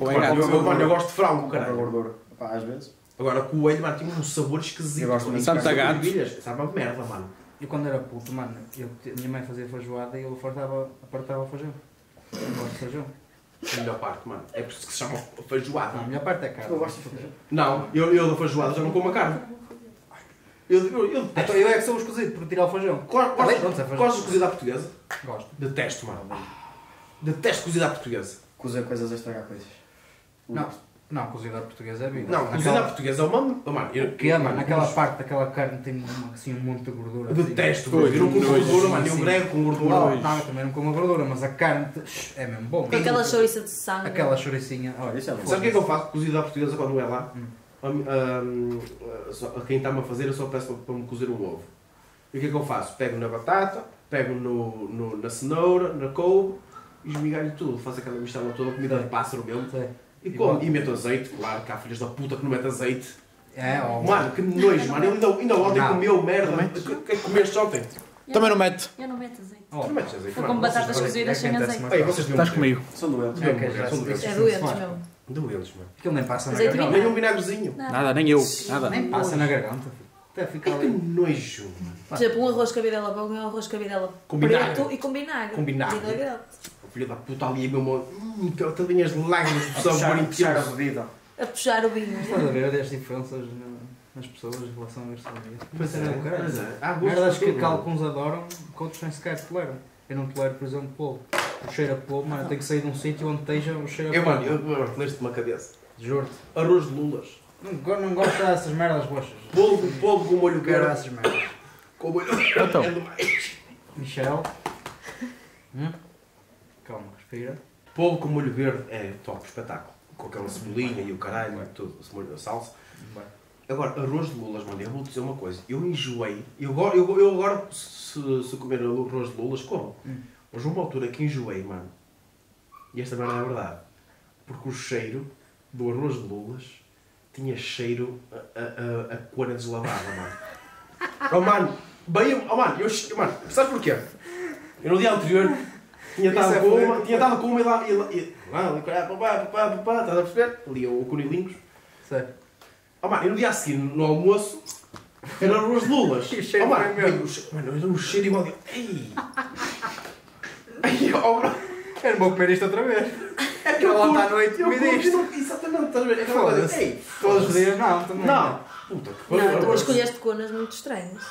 [SPEAKER 3] Ou é
[SPEAKER 1] Mano,
[SPEAKER 3] gato.
[SPEAKER 1] eu- eu- Mano, eu gosto de frango,
[SPEAKER 4] Para
[SPEAKER 1] caralho.
[SPEAKER 4] gordura. Pá, às vezes.
[SPEAKER 1] Agora, coelho, mano, tem um sabor esquisito.
[SPEAKER 4] Eu gosto
[SPEAKER 1] mano.
[SPEAKER 4] muito de
[SPEAKER 1] Sabe
[SPEAKER 3] carne.
[SPEAKER 1] a ervilhas? Sabe a merda, mano.
[SPEAKER 2] Eu quando era puto, mano, eu, a minha mãe fazia feijoada e eu apartava, apartava o feijão. Eu não gosto de feijão.
[SPEAKER 1] A melhor parte, mano. É por isso que se chama
[SPEAKER 2] Não, a
[SPEAKER 1] feijoada.
[SPEAKER 2] melhor parte é carne.
[SPEAKER 4] Eu gosto de feijão.
[SPEAKER 1] Não, eu, eu da feijoada já não como a carne. Eu, eu, eu
[SPEAKER 2] Então,
[SPEAKER 1] detesto.
[SPEAKER 2] eu é que sou o escozido por tirar o feijão.
[SPEAKER 1] Gosto-
[SPEAKER 2] Tá bem, vamos a
[SPEAKER 1] Gosto
[SPEAKER 2] feijão.
[SPEAKER 1] gosto de é cozida à portuguesa.
[SPEAKER 2] Gosto.
[SPEAKER 1] Detesto, mano. Detesto cozida à portuguesa.
[SPEAKER 4] Cozer coisas a estragar coisas.
[SPEAKER 2] Não. Não, cozida portuguesa é bico.
[SPEAKER 1] Não, cozida portuguesa é uma. Oh, mano, eu,
[SPEAKER 2] O quê, é, mano? Aquela parte daquela carne tem uma- assim um monte de gordura.
[SPEAKER 1] eu
[SPEAKER 2] assim.
[SPEAKER 1] detesto,
[SPEAKER 3] Ui,
[SPEAKER 1] bro. Eu não como
[SPEAKER 3] nojo,
[SPEAKER 1] gordura, mano. Eu
[SPEAKER 2] sim.
[SPEAKER 1] grego com
[SPEAKER 2] Não,
[SPEAKER 1] gordura.
[SPEAKER 2] não, eu também não como a gordura, mas a carne te- é mesmo bom.
[SPEAKER 5] Com aquela chouriça de sangue.
[SPEAKER 2] Aquela choricinha. Olha,
[SPEAKER 4] Isso é bom.
[SPEAKER 1] Sabe o que é que eu faço? Cozida à portuguesa quando é lá.
[SPEAKER 2] Hum.
[SPEAKER 1] A mi- ahm, a só- a quem está-me a fazer, eu só peço para, para me cozer o ovo. E o que é que eu faço? Pego na batata, pego no, no- na cenoura, na couve e esmigalho tudo. Faço aquela mistura toda, comida de pássaro mesmo.
[SPEAKER 2] Sei.
[SPEAKER 3] é
[SPEAKER 1] E, como? e meto azeite, claro, que há filhas da puta que não mete azeite.
[SPEAKER 2] É, ó.
[SPEAKER 1] Mano, que nojo, mano. Eu ainda, ainda ontem
[SPEAKER 2] Não.
[SPEAKER 1] comeu merda. O que- O que é que comeste ontem?
[SPEAKER 3] Também não mete.
[SPEAKER 5] Eu não meto azeite.
[SPEAKER 2] ó.
[SPEAKER 1] Tu não metes azeite,
[SPEAKER 5] Foi
[SPEAKER 1] mano.
[SPEAKER 5] como batatas
[SPEAKER 2] Agora,
[SPEAKER 5] cozidas
[SPEAKER 2] é
[SPEAKER 5] sem
[SPEAKER 2] que
[SPEAKER 5] azeite.
[SPEAKER 2] acontece
[SPEAKER 1] Ei,
[SPEAKER 2] uma
[SPEAKER 1] vocês deviam
[SPEAKER 3] Estás
[SPEAKER 1] comer.
[SPEAKER 3] comigo.
[SPEAKER 4] São doentes.
[SPEAKER 2] coisa. É, que já
[SPEAKER 1] São
[SPEAKER 2] se-
[SPEAKER 1] doentes.
[SPEAKER 5] É
[SPEAKER 2] se
[SPEAKER 5] doentes,
[SPEAKER 2] faz.
[SPEAKER 5] meu.
[SPEAKER 1] Doentes, mano.
[SPEAKER 2] Aquilo nem passa na
[SPEAKER 5] Azeite
[SPEAKER 2] garganta.
[SPEAKER 1] Nem um vinagrezinho.
[SPEAKER 3] Nada, nem eu. Nada.
[SPEAKER 2] Nem passa na garganta. filho. Até fica
[SPEAKER 1] Ai, que
[SPEAKER 2] ali.
[SPEAKER 1] nojo, mano.
[SPEAKER 5] Por exemplo, um arroz de cabidela, vou comer um arroz de cabidela
[SPEAKER 1] Com vinagre.
[SPEAKER 5] preto e com vinagre.
[SPEAKER 1] Com vinagre.
[SPEAKER 5] E dois graus.
[SPEAKER 1] O filho da puta ali, meu amor. Hum, que eu tenho as lágrimas de
[SPEAKER 4] A
[SPEAKER 1] sabor
[SPEAKER 4] puxar, a puxar a
[SPEAKER 1] intenso.
[SPEAKER 4] bebida.
[SPEAKER 5] A puxar o vinho.
[SPEAKER 2] Estás a ver as diferenças na- nas pessoas em relação a gastronomia?
[SPEAKER 1] Mas é,
[SPEAKER 2] do um caralho.
[SPEAKER 1] mas é. Há gosto
[SPEAKER 2] Merdas
[SPEAKER 1] de
[SPEAKER 2] que,
[SPEAKER 1] tudo,
[SPEAKER 2] que
[SPEAKER 1] mano.
[SPEAKER 2] alguns adoram, que outros nem sequer toleram. Eu não tolero, por exemplo, polvo. O cheiro a polvo, mano, eu tenho que sair de um sítio onde esteja o cheiro a
[SPEAKER 1] Eu,
[SPEAKER 2] polvo.
[SPEAKER 1] mano, eu mano, leste-me a cabeça.
[SPEAKER 2] Juro-te.
[SPEAKER 1] Arroz de lulas.
[SPEAKER 2] Não, go- não gosto dessas merdas roxas.
[SPEAKER 1] Polvo, polvo com molho
[SPEAKER 2] Eu quero
[SPEAKER 1] verde.
[SPEAKER 2] essas merdas.
[SPEAKER 1] Com molho
[SPEAKER 3] Então.
[SPEAKER 1] é demais.
[SPEAKER 2] Michel. Hum? Calma, respira.
[SPEAKER 1] Polvo com molho verde é top, espetáculo. Com aquela cebolinha e o caralho, mano, tudo. esse molho- A salsa. Agora, arroz de lulas, mano, eu vou dizer uma coisa. Eu enjoei. Eu, agora- eu, eu agora, se, se comer arroz de lulas, como? Mas houve uma altura que enjoei, mano. E esta merda é verdade. Porque o cheiro do arroz de lulas tinha cheiro a, a, a, a cona deslavada, mano. Oh, mano, bem... Oh, mano, eu... che- Mano, sabes porquê? Eu no dia anterior tinha
[SPEAKER 4] Isso
[SPEAKER 1] estado
[SPEAKER 4] é
[SPEAKER 1] com
[SPEAKER 4] foder.
[SPEAKER 1] uma... Tinha estado com uma e lá... E lá, e, lá ali, caralho, papá, papá, papá, estás a perceber? Ali o Cunilinhos.
[SPEAKER 2] Sério.
[SPEAKER 1] Oh, mano, e no dia a seguir, no almoço, era arroz de lulas.
[SPEAKER 2] E o cheiro
[SPEAKER 1] oh, mano,
[SPEAKER 2] foi mesmo.
[SPEAKER 1] bem, o che- mano, era um cheiro igual de... Ei! Ei, oh, bro.
[SPEAKER 2] Eu não vou comer isto outra vez.
[SPEAKER 1] É que
[SPEAKER 2] Ela
[SPEAKER 1] curto-
[SPEAKER 2] está à noite,
[SPEAKER 1] eu
[SPEAKER 2] me
[SPEAKER 1] curto, eu
[SPEAKER 2] diz.
[SPEAKER 1] não- Exatamente, estás a ver? É aquela coisa,
[SPEAKER 2] Foda-se.
[SPEAKER 1] ei,
[SPEAKER 2] Todos os
[SPEAKER 1] foda-se.
[SPEAKER 2] dias não, também.
[SPEAKER 1] Não, puta que
[SPEAKER 2] então
[SPEAKER 5] Não, então tu
[SPEAKER 1] pariu.
[SPEAKER 5] escolheste conas muito estranhas.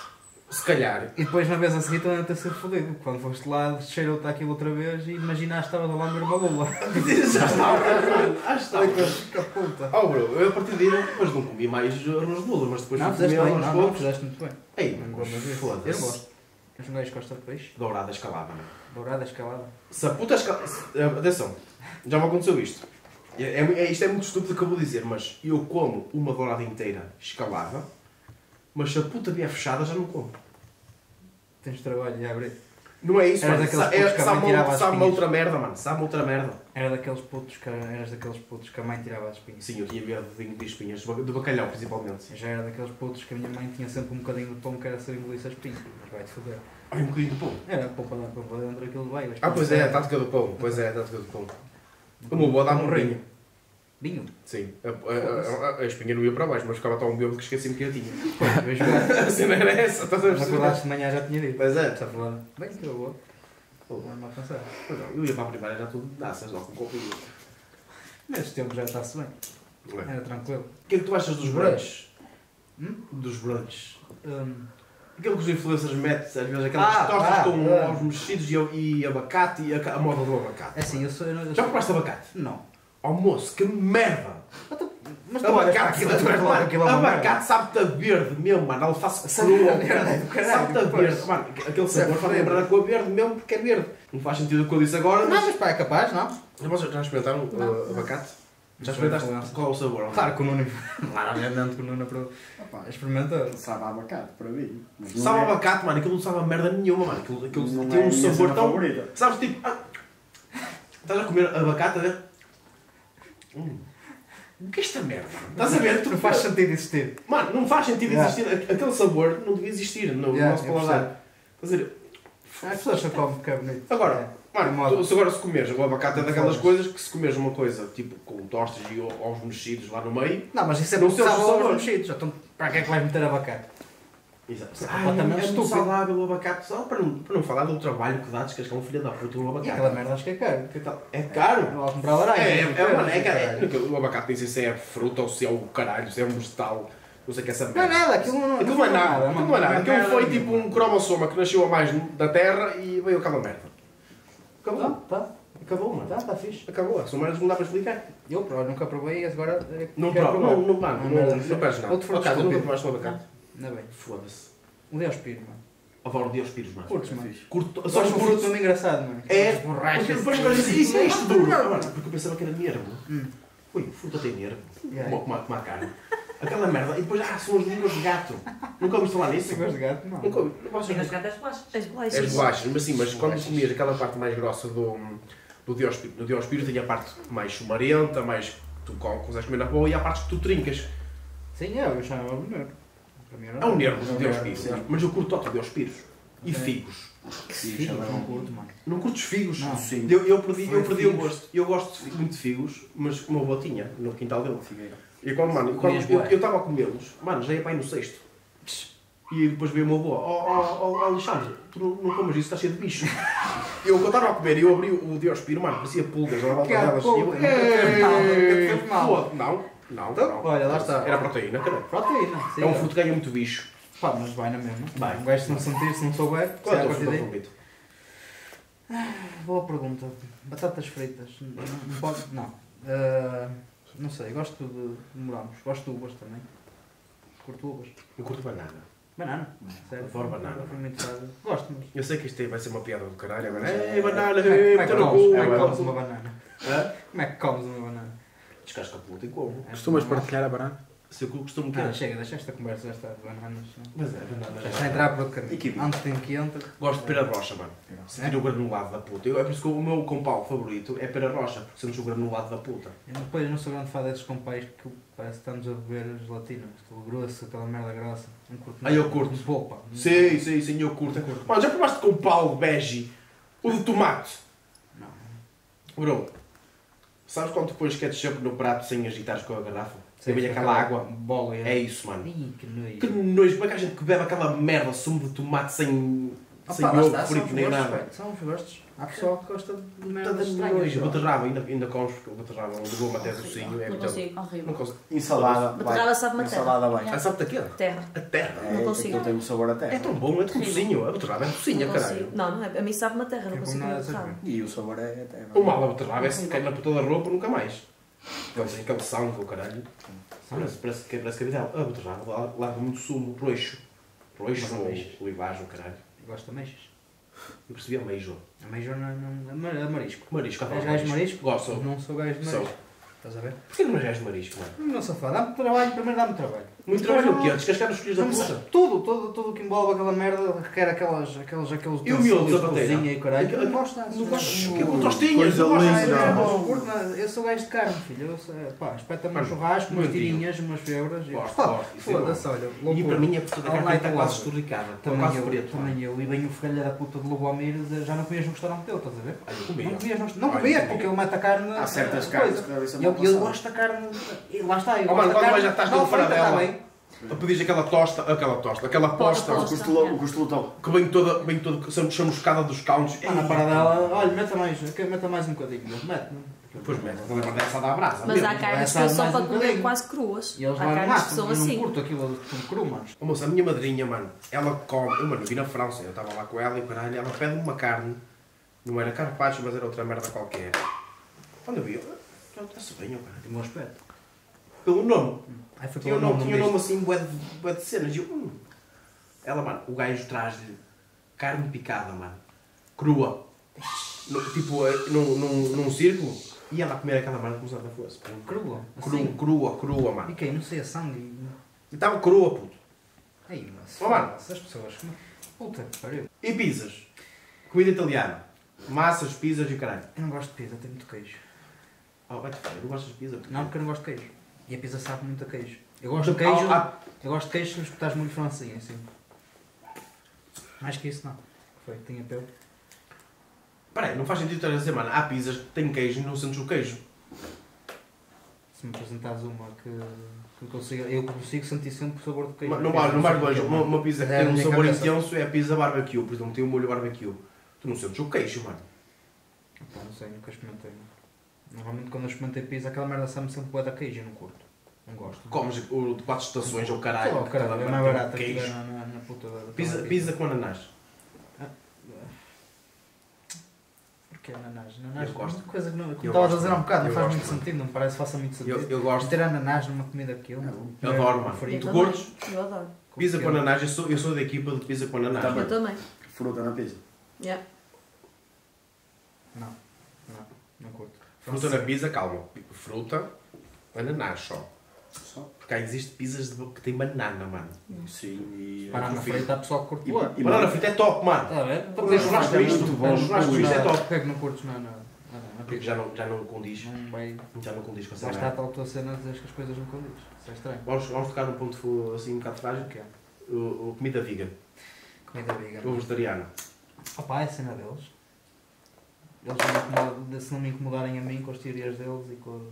[SPEAKER 1] Se calhar.
[SPEAKER 2] E depois na vez a seguir também ter sido fodido. Quando foste lá, cheirou-te aquilo outra vez e imaginaste que estava a lamber uma lula.
[SPEAKER 1] Já estava, mano, já estava.
[SPEAKER 2] Que puta.
[SPEAKER 1] Oh, bro, eu a partir daí, não- mas não comi mais arroz de lula, mas depois
[SPEAKER 2] Não,
[SPEAKER 1] fui
[SPEAKER 2] fizeste
[SPEAKER 1] comer
[SPEAKER 2] bem,
[SPEAKER 1] arroz
[SPEAKER 2] não,
[SPEAKER 1] de
[SPEAKER 2] não,
[SPEAKER 1] lula.
[SPEAKER 2] fizeste muito bem.
[SPEAKER 1] Ei,
[SPEAKER 2] Não
[SPEAKER 1] mano,
[SPEAKER 2] gosto disso. Eu não
[SPEAKER 1] foda-se.
[SPEAKER 2] gosto. Mas um gajo gosta de peixe.
[SPEAKER 1] Dourada escalada, mano.
[SPEAKER 2] Dourada, escalada.
[SPEAKER 1] Se a puta escalada... Atenção, já me aconteceu isto. É, é- é- isto é muito estúpido o que eu vou dizer, mas eu como uma dourada inteira escalada, mas se a puta vier fechada, já não como.
[SPEAKER 2] Tens trabalho, já abri.
[SPEAKER 1] Não é isso,
[SPEAKER 2] Era
[SPEAKER 1] mano.
[SPEAKER 2] daqueles
[SPEAKER 1] Sa-
[SPEAKER 2] putos
[SPEAKER 1] é-
[SPEAKER 2] que a
[SPEAKER 1] Sabe
[SPEAKER 2] mãe tirava
[SPEAKER 1] uma-
[SPEAKER 2] as
[SPEAKER 1] sabe uma
[SPEAKER 2] espinhas.
[SPEAKER 1] outra merda, mano. Sabe uma outra merda.
[SPEAKER 2] Era daqueles putos que, eras daqueles putos que a mãe tirava as espinhas.
[SPEAKER 1] Sim, eu tinha medo de, de espinhas, do ba- do bacalhau principalmente.
[SPEAKER 2] Eu já era daqueles putos que a minha mãe tinha sempre um bocadinho de pão que era se eu engolisse a espinha. Mas vai-te foder.
[SPEAKER 1] Ai, um bocadinho de pão.
[SPEAKER 2] Era pão para dentro, pão para dentro, aquilo vai. mas
[SPEAKER 1] Ah, pois é, a
[SPEAKER 2] pão-
[SPEAKER 1] tática do pão. Pois é, a tática do pão. O meu avô dá-me um rinho.
[SPEAKER 2] Vinho.
[SPEAKER 1] Sim. A, a, a- a espinha não ia para baixo, mas ficava tão bêbado que esqueci-me que eu tinha.
[SPEAKER 2] Pois, vejo lá.
[SPEAKER 1] A cena era essa, estás a
[SPEAKER 2] Mas
[SPEAKER 1] perceber?
[SPEAKER 2] acordaste de manhã já tinha dito.
[SPEAKER 1] Pois é.
[SPEAKER 2] Está a falar. Bem que eu vou.
[SPEAKER 1] Pô,
[SPEAKER 2] Não vai passar.
[SPEAKER 1] pois não, Eu ia para a primária já tudo de daças, logo com copinho.
[SPEAKER 2] Neste tempo já está-se bem.
[SPEAKER 1] Não é?
[SPEAKER 2] Era tranquilo.
[SPEAKER 1] O que é que tu achas dos brunches?
[SPEAKER 2] Hum?
[SPEAKER 1] Dos brunches.
[SPEAKER 2] Hum,
[SPEAKER 1] Aquilo que os influencers metem, às vezes, aquelas
[SPEAKER 2] Ah,
[SPEAKER 1] tostas
[SPEAKER 2] ah,
[SPEAKER 1] com
[SPEAKER 2] ah.
[SPEAKER 1] ovos mexidos e, a- e abacate e a, a moda do abacate.
[SPEAKER 2] é assim, eu sou. Eu, não- eu
[SPEAKER 1] Já
[SPEAKER 2] sou-
[SPEAKER 1] compraste abacate?
[SPEAKER 2] Não.
[SPEAKER 1] Almoço, que merda!
[SPEAKER 2] Mas tu- Mas tu olhas para
[SPEAKER 1] Abacate, aquilo é
[SPEAKER 2] aquilo, claro, aquilo é uma merda.
[SPEAKER 1] Abacate sabe-te a verde mesmo, mano. Alface
[SPEAKER 2] Sabe
[SPEAKER 1] crua.
[SPEAKER 2] a merda do caralho,
[SPEAKER 1] Sabe-te a
[SPEAKER 2] pois. é
[SPEAKER 1] verde. Mano, aquele
[SPEAKER 2] Sabe
[SPEAKER 1] sabor faz
[SPEAKER 2] verde.
[SPEAKER 1] lembrar com a verde mesmo porque é verde. Não faz sentido o que eu disse agora,
[SPEAKER 2] Não,
[SPEAKER 1] mas...
[SPEAKER 2] mas pá, é capaz, não?
[SPEAKER 1] Já vocês já experimentaram uh, abacate? Já
[SPEAKER 2] Não
[SPEAKER 1] experimentaste
[SPEAKER 2] sei.
[SPEAKER 1] qual é o sabor?
[SPEAKER 2] Claro que o Nuno. Claramente que o Nuno aprovou.
[SPEAKER 4] Opa,
[SPEAKER 2] Experimenta.
[SPEAKER 4] Sabe a abacate, para mim. Mas não
[SPEAKER 1] Sabe
[SPEAKER 4] é-
[SPEAKER 1] abacate, mano. Aquilo não sabe a merda nenhuma, mano. Aquilo, aquilo
[SPEAKER 4] não
[SPEAKER 1] tem
[SPEAKER 4] é a
[SPEAKER 1] um
[SPEAKER 4] minha
[SPEAKER 1] sabor
[SPEAKER 4] cena
[SPEAKER 1] tão...
[SPEAKER 4] favorita.
[SPEAKER 1] Sabes, tipo... ah, estás a comer abacate, a ver? Hum. O que é esta merda? Estás a ver? Tu
[SPEAKER 2] Não faz sentido tipo. existir.
[SPEAKER 1] Mano, não faz sentido
[SPEAKER 2] Yeah.
[SPEAKER 1] existir. Aqu- Aquele sabor não devia existir no
[SPEAKER 2] Yeah,
[SPEAKER 1] nosso
[SPEAKER 2] eu
[SPEAKER 1] paladar. Estás a ver?
[SPEAKER 2] As pessoas só comem porque é bonito.
[SPEAKER 1] Agora,
[SPEAKER 2] É
[SPEAKER 1] mano,
[SPEAKER 2] moda.
[SPEAKER 1] tu- se agora se comeres o abacate é daquelas
[SPEAKER 2] Foda-se.
[SPEAKER 1] coisas que se comeres uma coisa tipo com tostas e o- ovos mexidos lá no meio.
[SPEAKER 2] Não, mas isso é
[SPEAKER 1] Não
[SPEAKER 2] porque
[SPEAKER 1] sei os
[SPEAKER 2] sabe aos
[SPEAKER 1] sabores.
[SPEAKER 2] mexidos. Então, para que é que vais meter abacate?
[SPEAKER 1] Exato.
[SPEAKER 2] Isso é
[SPEAKER 1] Ah,
[SPEAKER 2] completamente
[SPEAKER 1] é muito
[SPEAKER 2] estúpido.
[SPEAKER 1] saudável o abacate, só para não, para não falar do trabalho que dá descascar um filho da puta o
[SPEAKER 2] E aquela
[SPEAKER 1] abacate.
[SPEAKER 2] merda acho que é caro.
[SPEAKER 1] Que tal? É caro?
[SPEAKER 2] Não vá comprar laranja.
[SPEAKER 1] É, é,
[SPEAKER 2] não
[SPEAKER 1] é, mano, é
[SPEAKER 2] sei,
[SPEAKER 1] caro.
[SPEAKER 2] né, caralho.
[SPEAKER 1] É, porque O abacate nem sei se é fruta ou se é o caralho, se é um vegetal. Não sei o que é essa
[SPEAKER 2] Não é
[SPEAKER 1] merda.
[SPEAKER 2] nada, aquilo não
[SPEAKER 1] Aquilo não é nada, aquilo
[SPEAKER 2] mano.
[SPEAKER 1] não é nada. Aquilo
[SPEAKER 2] merda
[SPEAKER 1] foi
[SPEAKER 2] nenhuma.
[SPEAKER 1] tipo um cromossoma que nasceu a mais da Terra e veio aquela merda. Acabou.
[SPEAKER 2] Tá, tá.
[SPEAKER 1] Acabou, mano.
[SPEAKER 2] Tá, tá fixe.
[SPEAKER 1] Acabou. São merdas que não dá para explicar.
[SPEAKER 2] Eu, pá, nunca provei, agora... eh,
[SPEAKER 1] Não
[SPEAKER 2] quero
[SPEAKER 1] prova.
[SPEAKER 2] provar. É Ah,
[SPEAKER 1] Não, não, mano. Não,
[SPEAKER 2] merda,
[SPEAKER 1] não, não perdes nada.
[SPEAKER 2] Outro
[SPEAKER 1] Por acaso,
[SPEAKER 2] fracasso,
[SPEAKER 1] nunca
[SPEAKER 2] nunca
[SPEAKER 1] provaste um abacate.
[SPEAKER 2] Ainda bem.
[SPEAKER 1] Foda-se.
[SPEAKER 2] Um Deus Pires, mano.
[SPEAKER 1] A favor de Deus, pires, mano.
[SPEAKER 2] Curtos, mano.
[SPEAKER 1] Curto.
[SPEAKER 2] Só
[SPEAKER 1] Só
[SPEAKER 2] acho um fruto
[SPEAKER 1] curto.
[SPEAKER 2] mesmo engraçado, mano.
[SPEAKER 1] É.
[SPEAKER 2] As borrachas. assim.
[SPEAKER 1] Porque depois agora dizes, isso é isto duro. Ah, mano, Porque eu pensava que era nervo. Ui, o fruta tem nervo.
[SPEAKER 2] Yeah.
[SPEAKER 1] Como, a- como a carne. Aquela merda. E depois, ah, são os línguas de gato. Nunca ouviste falar nisso?
[SPEAKER 2] Você gosta de gato? Não.
[SPEAKER 1] Nunca ouvi. Não posso
[SPEAKER 6] Tem nas gatas bolachas.
[SPEAKER 5] As
[SPEAKER 1] As
[SPEAKER 5] bolachas.
[SPEAKER 1] bolachas, É mas sim, mas quando comias aquela parte mais grossa do, do Diospiro, no Diospiro tem a parte mais chumarenta, mais que tu co- consegues comer na rua e há partes que tu trincas.
[SPEAKER 2] Sim, é, eu chamava o nervo. Para mim era
[SPEAKER 1] É um nervo
[SPEAKER 2] É
[SPEAKER 1] do
[SPEAKER 2] um
[SPEAKER 1] Diospiro,
[SPEAKER 2] sim.
[SPEAKER 1] mas eu curto tanto Diospiros. E
[SPEAKER 2] Ok.
[SPEAKER 1] figos.
[SPEAKER 2] Sim, mas não curto, mano.
[SPEAKER 1] Não curtes figos?
[SPEAKER 2] Não.
[SPEAKER 4] Sim.
[SPEAKER 1] Eu, eu perdi, eu
[SPEAKER 2] Foi
[SPEAKER 1] perdi o
[SPEAKER 2] figos.
[SPEAKER 1] gosto. Eu gosto de fi- muito de figos, mas com uma botinha no quintal dele.
[SPEAKER 4] Figueira.
[SPEAKER 1] E quando, mano, quando
[SPEAKER 2] Comias
[SPEAKER 1] eu
[SPEAKER 2] bué.
[SPEAKER 1] eu estava a comê-los, mano, já ia para aí no sexto. E depois veio uma boa, ó oh, oh, Alexandre, tu não, não comas isso, estás cheio de bicho. eu quando estava a comer e eu abri o Diospiro, mano, parecia pulgas, lá volta
[SPEAKER 2] Que
[SPEAKER 1] delas. E eu,
[SPEAKER 2] puta, nunca te fez mal, nunca te fez
[SPEAKER 1] "Ei,
[SPEAKER 2] mal." Então,
[SPEAKER 1] foda- Não, não, não.
[SPEAKER 2] olha, lá está.
[SPEAKER 1] Era proteína, caralho.
[SPEAKER 2] Proteína. sim,
[SPEAKER 1] É um fruto que ganha muito bicho.
[SPEAKER 2] Pá, mas vai na mesma.
[SPEAKER 1] Vai.
[SPEAKER 2] Um gajo se não sentir, se não souber,
[SPEAKER 1] Qual é o teu
[SPEAKER 2] será a partir
[SPEAKER 1] fruto
[SPEAKER 2] daí.
[SPEAKER 1] favorito?
[SPEAKER 2] Boa pergunta. Batatas fritas. Não, não pode. Não. Ah, não sei, gosto de morangos. Gosto de uvas também. Curto uvas.
[SPEAKER 1] Eu curto banana.
[SPEAKER 2] Banana. Sério?
[SPEAKER 1] Adoro banana.
[SPEAKER 2] Fui muito fácil. Gosto, mas.
[SPEAKER 1] Eu sei que isto vai ser uma piada do caralho agora. Ei, banana,
[SPEAKER 2] Como
[SPEAKER 1] ei,
[SPEAKER 2] é que
[SPEAKER 1] meteu no
[SPEAKER 2] comes?
[SPEAKER 1] cu.
[SPEAKER 2] Como é que comes uma
[SPEAKER 1] é,
[SPEAKER 2] banana?
[SPEAKER 1] Hã?
[SPEAKER 2] Como é que comes uma banana?
[SPEAKER 1] Descasca a puta e como.
[SPEAKER 2] É
[SPEAKER 3] Costumas
[SPEAKER 2] banana.
[SPEAKER 3] partilhar a banana?
[SPEAKER 1] Se eu costumo
[SPEAKER 2] Ah,
[SPEAKER 1] ter.
[SPEAKER 2] chega, deixa esta conversa, já está de bananas. não?
[SPEAKER 1] é, Mas é, banana.
[SPEAKER 2] Já está a entrar para o caminho.
[SPEAKER 4] E kiwi?
[SPEAKER 2] Antes tem que entrar.
[SPEAKER 1] Gosto de pera rocha, mano. Sentir o granulado da puta. Eu, é por isso que o meu compal favorito é pera rocha, porque sentes o granulado da puta.
[SPEAKER 2] Eu depois não sou grande fã desses compais que parece que estamos a beber a gelatina. Aquilo grosso, aquela merda grossa. Não curto
[SPEAKER 1] Ah, eu curto.
[SPEAKER 2] Poupa.
[SPEAKER 1] Sim, sim, sim, eu curto. Mano, já provaste compal bege? O de tomate?
[SPEAKER 2] Não.
[SPEAKER 1] Bro, sabes quando tu pões ketchup no prato sem agitares com a garrafa? Sem
[SPEAKER 2] Sim,
[SPEAKER 1] vem aquela água?
[SPEAKER 2] Bola e
[SPEAKER 1] É isso, mano.
[SPEAKER 2] Ih, que nojo.
[SPEAKER 1] Que nojo, como é que há gente que bebe aquela merda, sumo de tomate sem,
[SPEAKER 2] Opa,
[SPEAKER 1] sem
[SPEAKER 2] lá
[SPEAKER 1] ovo
[SPEAKER 2] está, são
[SPEAKER 1] frito nem
[SPEAKER 2] gostos,
[SPEAKER 1] nada?
[SPEAKER 2] pá, São os gostos. Há pessoal que gosta de merda
[SPEAKER 1] Tanta
[SPEAKER 2] estranha.
[SPEAKER 1] nojo. Beterraba, ainda, ainda comes porque o beterraba levou-me até docinho. É
[SPEAKER 5] Não
[SPEAKER 1] muito...
[SPEAKER 5] consigo.
[SPEAKER 1] Não
[SPEAKER 6] Horrível.
[SPEAKER 1] consigo.
[SPEAKER 4] Ensalada.
[SPEAKER 5] Beterraba
[SPEAKER 4] vai. É,
[SPEAKER 5] sabe matar.
[SPEAKER 4] Ensalada bem.
[SPEAKER 1] Ah, sabe daquilo?
[SPEAKER 5] Terra.
[SPEAKER 1] A terra.
[SPEAKER 5] Não consigo.
[SPEAKER 4] Aquilo tem um sabor à terra.
[SPEAKER 1] É tão bom, é tão docinho. A beterraba é docinha,
[SPEAKER 5] não
[SPEAKER 1] caralho.
[SPEAKER 5] consigo. Não, não é. A mim sabe-me a terra, não
[SPEAKER 2] Eu
[SPEAKER 5] consigo
[SPEAKER 2] como nada
[SPEAKER 5] comer
[SPEAKER 2] dessas
[SPEAKER 5] beterraba.
[SPEAKER 4] E o sabor é a terra.
[SPEAKER 1] O mal da beterraba é se cai na puta da roupa nunca mais. Pois, aquele sangue, o caralho. Parece, parece, que- é, parece cabidela. A beterraba lá- larga muito sumo, proeixo. Proeixo
[SPEAKER 2] Mas é um
[SPEAKER 1] ou
[SPEAKER 2] ameixas.
[SPEAKER 1] olivagem, o caralho.
[SPEAKER 2] Gosto de ameixas.
[SPEAKER 1] Eu percebi ameijo.
[SPEAKER 2] Ameijo não, não, é mar- é marisco.
[SPEAKER 1] Marisco, há
[SPEAKER 2] És
[SPEAKER 1] mais
[SPEAKER 2] gajo de marisco?
[SPEAKER 1] Gosto.
[SPEAKER 2] Não sou gajo de
[SPEAKER 1] Sou.
[SPEAKER 2] marisco. Estás a ver?
[SPEAKER 1] Porquê que não és gajo de marisco, mano?
[SPEAKER 2] Não sou fã. Dá-me trabalho, primeiro dá-me trabalho.
[SPEAKER 1] Muito trabalho é o quê? Descascar os filhos da
[SPEAKER 2] Vamos-
[SPEAKER 1] puta?
[SPEAKER 2] Tudo, tudo, tudo que envolve aquela merda requer aquelas, aqueles, aqueles
[SPEAKER 1] E o miolo da
[SPEAKER 2] utensílios de
[SPEAKER 1] bateira?
[SPEAKER 2] cozinha e caralho.
[SPEAKER 1] Aquele-
[SPEAKER 2] Não gosto nada.
[SPEAKER 1] Não gosto. Que
[SPEAKER 4] Ui,
[SPEAKER 1] tostinhas,
[SPEAKER 4] é coisa
[SPEAKER 1] não
[SPEAKER 2] Ah,
[SPEAKER 1] gosto.
[SPEAKER 4] linda.
[SPEAKER 2] eu
[SPEAKER 1] nada.
[SPEAKER 2] não curto nada. Eu sou gajo de carne, filho. Eu sou, pá, espeta-me um
[SPEAKER 1] Mano,
[SPEAKER 2] churrasco, umas
[SPEAKER 1] meu tio.
[SPEAKER 2] tirinhas, umas febras. e-
[SPEAKER 1] Gosto,
[SPEAKER 2] Pá,
[SPEAKER 1] gosto, isso é
[SPEAKER 2] Foda-se, olha.
[SPEAKER 1] E
[SPEAKER 2] loucura.
[SPEAKER 1] para mim a puta da
[SPEAKER 2] All
[SPEAKER 1] carne
[SPEAKER 2] night
[SPEAKER 1] está quase
[SPEAKER 2] long.
[SPEAKER 1] esturricada. Está
[SPEAKER 2] Também
[SPEAKER 1] quase
[SPEAKER 2] eu,
[SPEAKER 1] preto, é? mano.
[SPEAKER 2] também eu. E bem o frelha da puta de Lobo Almeiras, já não comias no restaurante dele, estás a ver?
[SPEAKER 1] Olha,
[SPEAKER 2] Não
[SPEAKER 1] comia.
[SPEAKER 2] comias, no- não
[SPEAKER 1] Olha,
[SPEAKER 2] comias,
[SPEAKER 1] comia.
[SPEAKER 2] porque ele mata a carne.
[SPEAKER 4] Há certas
[SPEAKER 2] coisa.
[SPEAKER 4] carnes que devem ser
[SPEAKER 2] E eu,
[SPEAKER 4] mal
[SPEAKER 2] e eu
[SPEAKER 4] passadas.
[SPEAKER 2] gosto da carne. e Lá está, eu
[SPEAKER 1] Oh, mano,
[SPEAKER 2] gosto
[SPEAKER 1] quando
[SPEAKER 2] da carne.
[SPEAKER 1] mais já estás
[SPEAKER 2] não,
[SPEAKER 1] tão fora
[SPEAKER 2] frita, está
[SPEAKER 1] dela.
[SPEAKER 2] bem.
[SPEAKER 1] Pedis aquela tosta, aquela tosta, aquela posta.
[SPEAKER 5] Posta.
[SPEAKER 4] O gostelo- O gostelotão.
[SPEAKER 1] Que vem toda, vem toda chamuscada dos caunos.
[SPEAKER 2] Ah, na paradela, olha, meta mais, que- meta mais um bocadinho. Eles metem.
[SPEAKER 1] Pois mete, não lembra dessa da brasa.
[SPEAKER 5] Mas
[SPEAKER 1] mesmo.
[SPEAKER 5] há carnes que
[SPEAKER 2] assar
[SPEAKER 5] é só
[SPEAKER 2] mais
[SPEAKER 5] para
[SPEAKER 2] um
[SPEAKER 5] comer
[SPEAKER 2] bocadinho.
[SPEAKER 5] quase cruas.
[SPEAKER 2] E eles
[SPEAKER 5] Há
[SPEAKER 2] lá
[SPEAKER 5] carnes que
[SPEAKER 2] matam,
[SPEAKER 5] são
[SPEAKER 2] eu não
[SPEAKER 5] assim.
[SPEAKER 2] curto aquilo de pão cru, mano.
[SPEAKER 1] Ô, moça, a minha madrinha, mano, ela come. Eu, mano, vi na França, eu estava lá com ela e o caralho, ela pede uma carne. Não era carpaccio, mas era outra merda qualquer. Quando eu vi, está-se bem, ó, caralho.
[SPEAKER 2] Tem um aspecto.
[SPEAKER 1] Pelo nome.
[SPEAKER 2] Aí foi
[SPEAKER 1] Tinha
[SPEAKER 2] pelo
[SPEAKER 1] um nome,
[SPEAKER 2] nome,
[SPEAKER 1] tinha um
[SPEAKER 2] não
[SPEAKER 1] nome assim, bué de, bué de cenas. E eu, hum. Ela, mano, o gajo traz-lhe carne picada, mano. Crua. No- tipo, eh, num, num, num círculo. E ela a comer aquela merda como se nada fosse. Cru,
[SPEAKER 2] Crua,
[SPEAKER 1] crua,
[SPEAKER 2] assim.
[SPEAKER 1] crua, crua,
[SPEAKER 2] E
[SPEAKER 1] mano.
[SPEAKER 2] quem não sei a sangue.
[SPEAKER 1] E estava crua, puto.
[SPEAKER 2] Aí, mas.
[SPEAKER 1] Ó, mano.
[SPEAKER 2] Essas pessoas. como- Puta que pariu.
[SPEAKER 1] E pizzas? Comida italiana. Massas, pizzas e o caralho.
[SPEAKER 2] Eu não gosto de pizza, tem muito queijo.
[SPEAKER 1] Oh, vai-te foder, não gostas de pizza?
[SPEAKER 2] Não, porque eu não gosto de queijo. E a pizza sabe muito a queijo. Eu gosto de
[SPEAKER 1] Há-
[SPEAKER 2] queijo.
[SPEAKER 1] há-
[SPEAKER 2] Eu gosto de queijo se lhe espetares muito francinho, assim. Mais que isso, não. Foi, tinha pelo.
[SPEAKER 1] Peraí, não faz sentido estar a dizer, mano, há pizzas que têm queijo e não sentes o queijo.
[SPEAKER 2] Se me apresentares uma que, que eu consiga, eu consigo sentir sempre o sabor do queijo.
[SPEAKER 1] Mas não vais, não vais longe. Uma, uma pizza que tem
[SPEAKER 2] É, na
[SPEAKER 1] um
[SPEAKER 2] minha
[SPEAKER 1] sabor
[SPEAKER 2] cabeça.
[SPEAKER 1] intenso é a pizza barbecue, por exemplo, tem um molho barbecue. Tu não sentes o queijo, mano.
[SPEAKER 2] Pá, não sei, nunca experimentei. Normalmente quando eu experimentei pizza, aquela merda sabe sempre bué da queijo, eu não curto. Não gosto.
[SPEAKER 1] Comes o de quatro estações ou
[SPEAKER 2] Sei lá,
[SPEAKER 1] caralho.
[SPEAKER 2] o caralho, é
[SPEAKER 1] aquela
[SPEAKER 2] mais
[SPEAKER 1] merda,
[SPEAKER 2] barato aqui
[SPEAKER 1] Queijo.
[SPEAKER 2] na, na, na puta da... daquela
[SPEAKER 1] Pizza, pizza com ananás.
[SPEAKER 2] Porquê ananás? Ananás
[SPEAKER 1] Eu gosto.
[SPEAKER 2] coisa que não. Como
[SPEAKER 1] Eu
[SPEAKER 2] estavas a
[SPEAKER 1] gosto,
[SPEAKER 2] dizer há um bocado, não
[SPEAKER 1] eu
[SPEAKER 2] faz
[SPEAKER 1] gosto,
[SPEAKER 2] muito sentido, não me parece que faça muito
[SPEAKER 1] Eu,
[SPEAKER 2] sentido.
[SPEAKER 1] eu gosto.
[SPEAKER 2] Meter ananás numa comida que eu.
[SPEAKER 1] Eu adoro, mano.
[SPEAKER 2] Frito.
[SPEAKER 1] Tu
[SPEAKER 5] também.
[SPEAKER 1] gordos?
[SPEAKER 5] Eu adoro.
[SPEAKER 1] Pizza com ananás, eu sou, eu sou da equipa de pizza com ananás.
[SPEAKER 4] Tá bem.
[SPEAKER 5] Eu também.
[SPEAKER 4] Fruta na pizza.
[SPEAKER 5] Yeah.
[SPEAKER 2] Não, não, não curto.
[SPEAKER 1] Fruta na pizza, calma. Fruta, ananás só.
[SPEAKER 4] Só.
[SPEAKER 1] Porque aí existe pizzas de- que tem banana, mano.
[SPEAKER 4] Sim, e...
[SPEAKER 2] Banana
[SPEAKER 1] Confio.
[SPEAKER 2] frita, a pessoa que curte.
[SPEAKER 4] E-
[SPEAKER 2] Ué,
[SPEAKER 4] e-
[SPEAKER 1] Banana frita é top, mano.
[SPEAKER 2] Está a ver?
[SPEAKER 1] Para fazer churrasco
[SPEAKER 4] Muito
[SPEAKER 1] isto,
[SPEAKER 4] bom,
[SPEAKER 1] para churrasco
[SPEAKER 4] muito
[SPEAKER 1] isto é
[SPEAKER 2] Não,
[SPEAKER 1] top.
[SPEAKER 2] Porquê é que não curtes na, na, na, na
[SPEAKER 1] Porque
[SPEAKER 2] pizza?
[SPEAKER 1] já não, já não condiz.
[SPEAKER 2] Não vai.
[SPEAKER 1] Já não condiz com
[SPEAKER 2] Lá
[SPEAKER 1] essa
[SPEAKER 2] está a
[SPEAKER 1] merda.
[SPEAKER 2] tal tua cena de dizer que as coisas não condizem. Isso é estranho.
[SPEAKER 1] Vamos, vamos tocar num ponto fu- assim um bocado
[SPEAKER 2] O
[SPEAKER 1] trágico.
[SPEAKER 2] quê?
[SPEAKER 1] O, o comida vegan. um
[SPEAKER 2] Comida vegan.
[SPEAKER 1] Ou vegetariana.
[SPEAKER 2] Opa, é a cena deles. Eles não me incomodam, se não me incomodarem a mim com as teorias deles e com,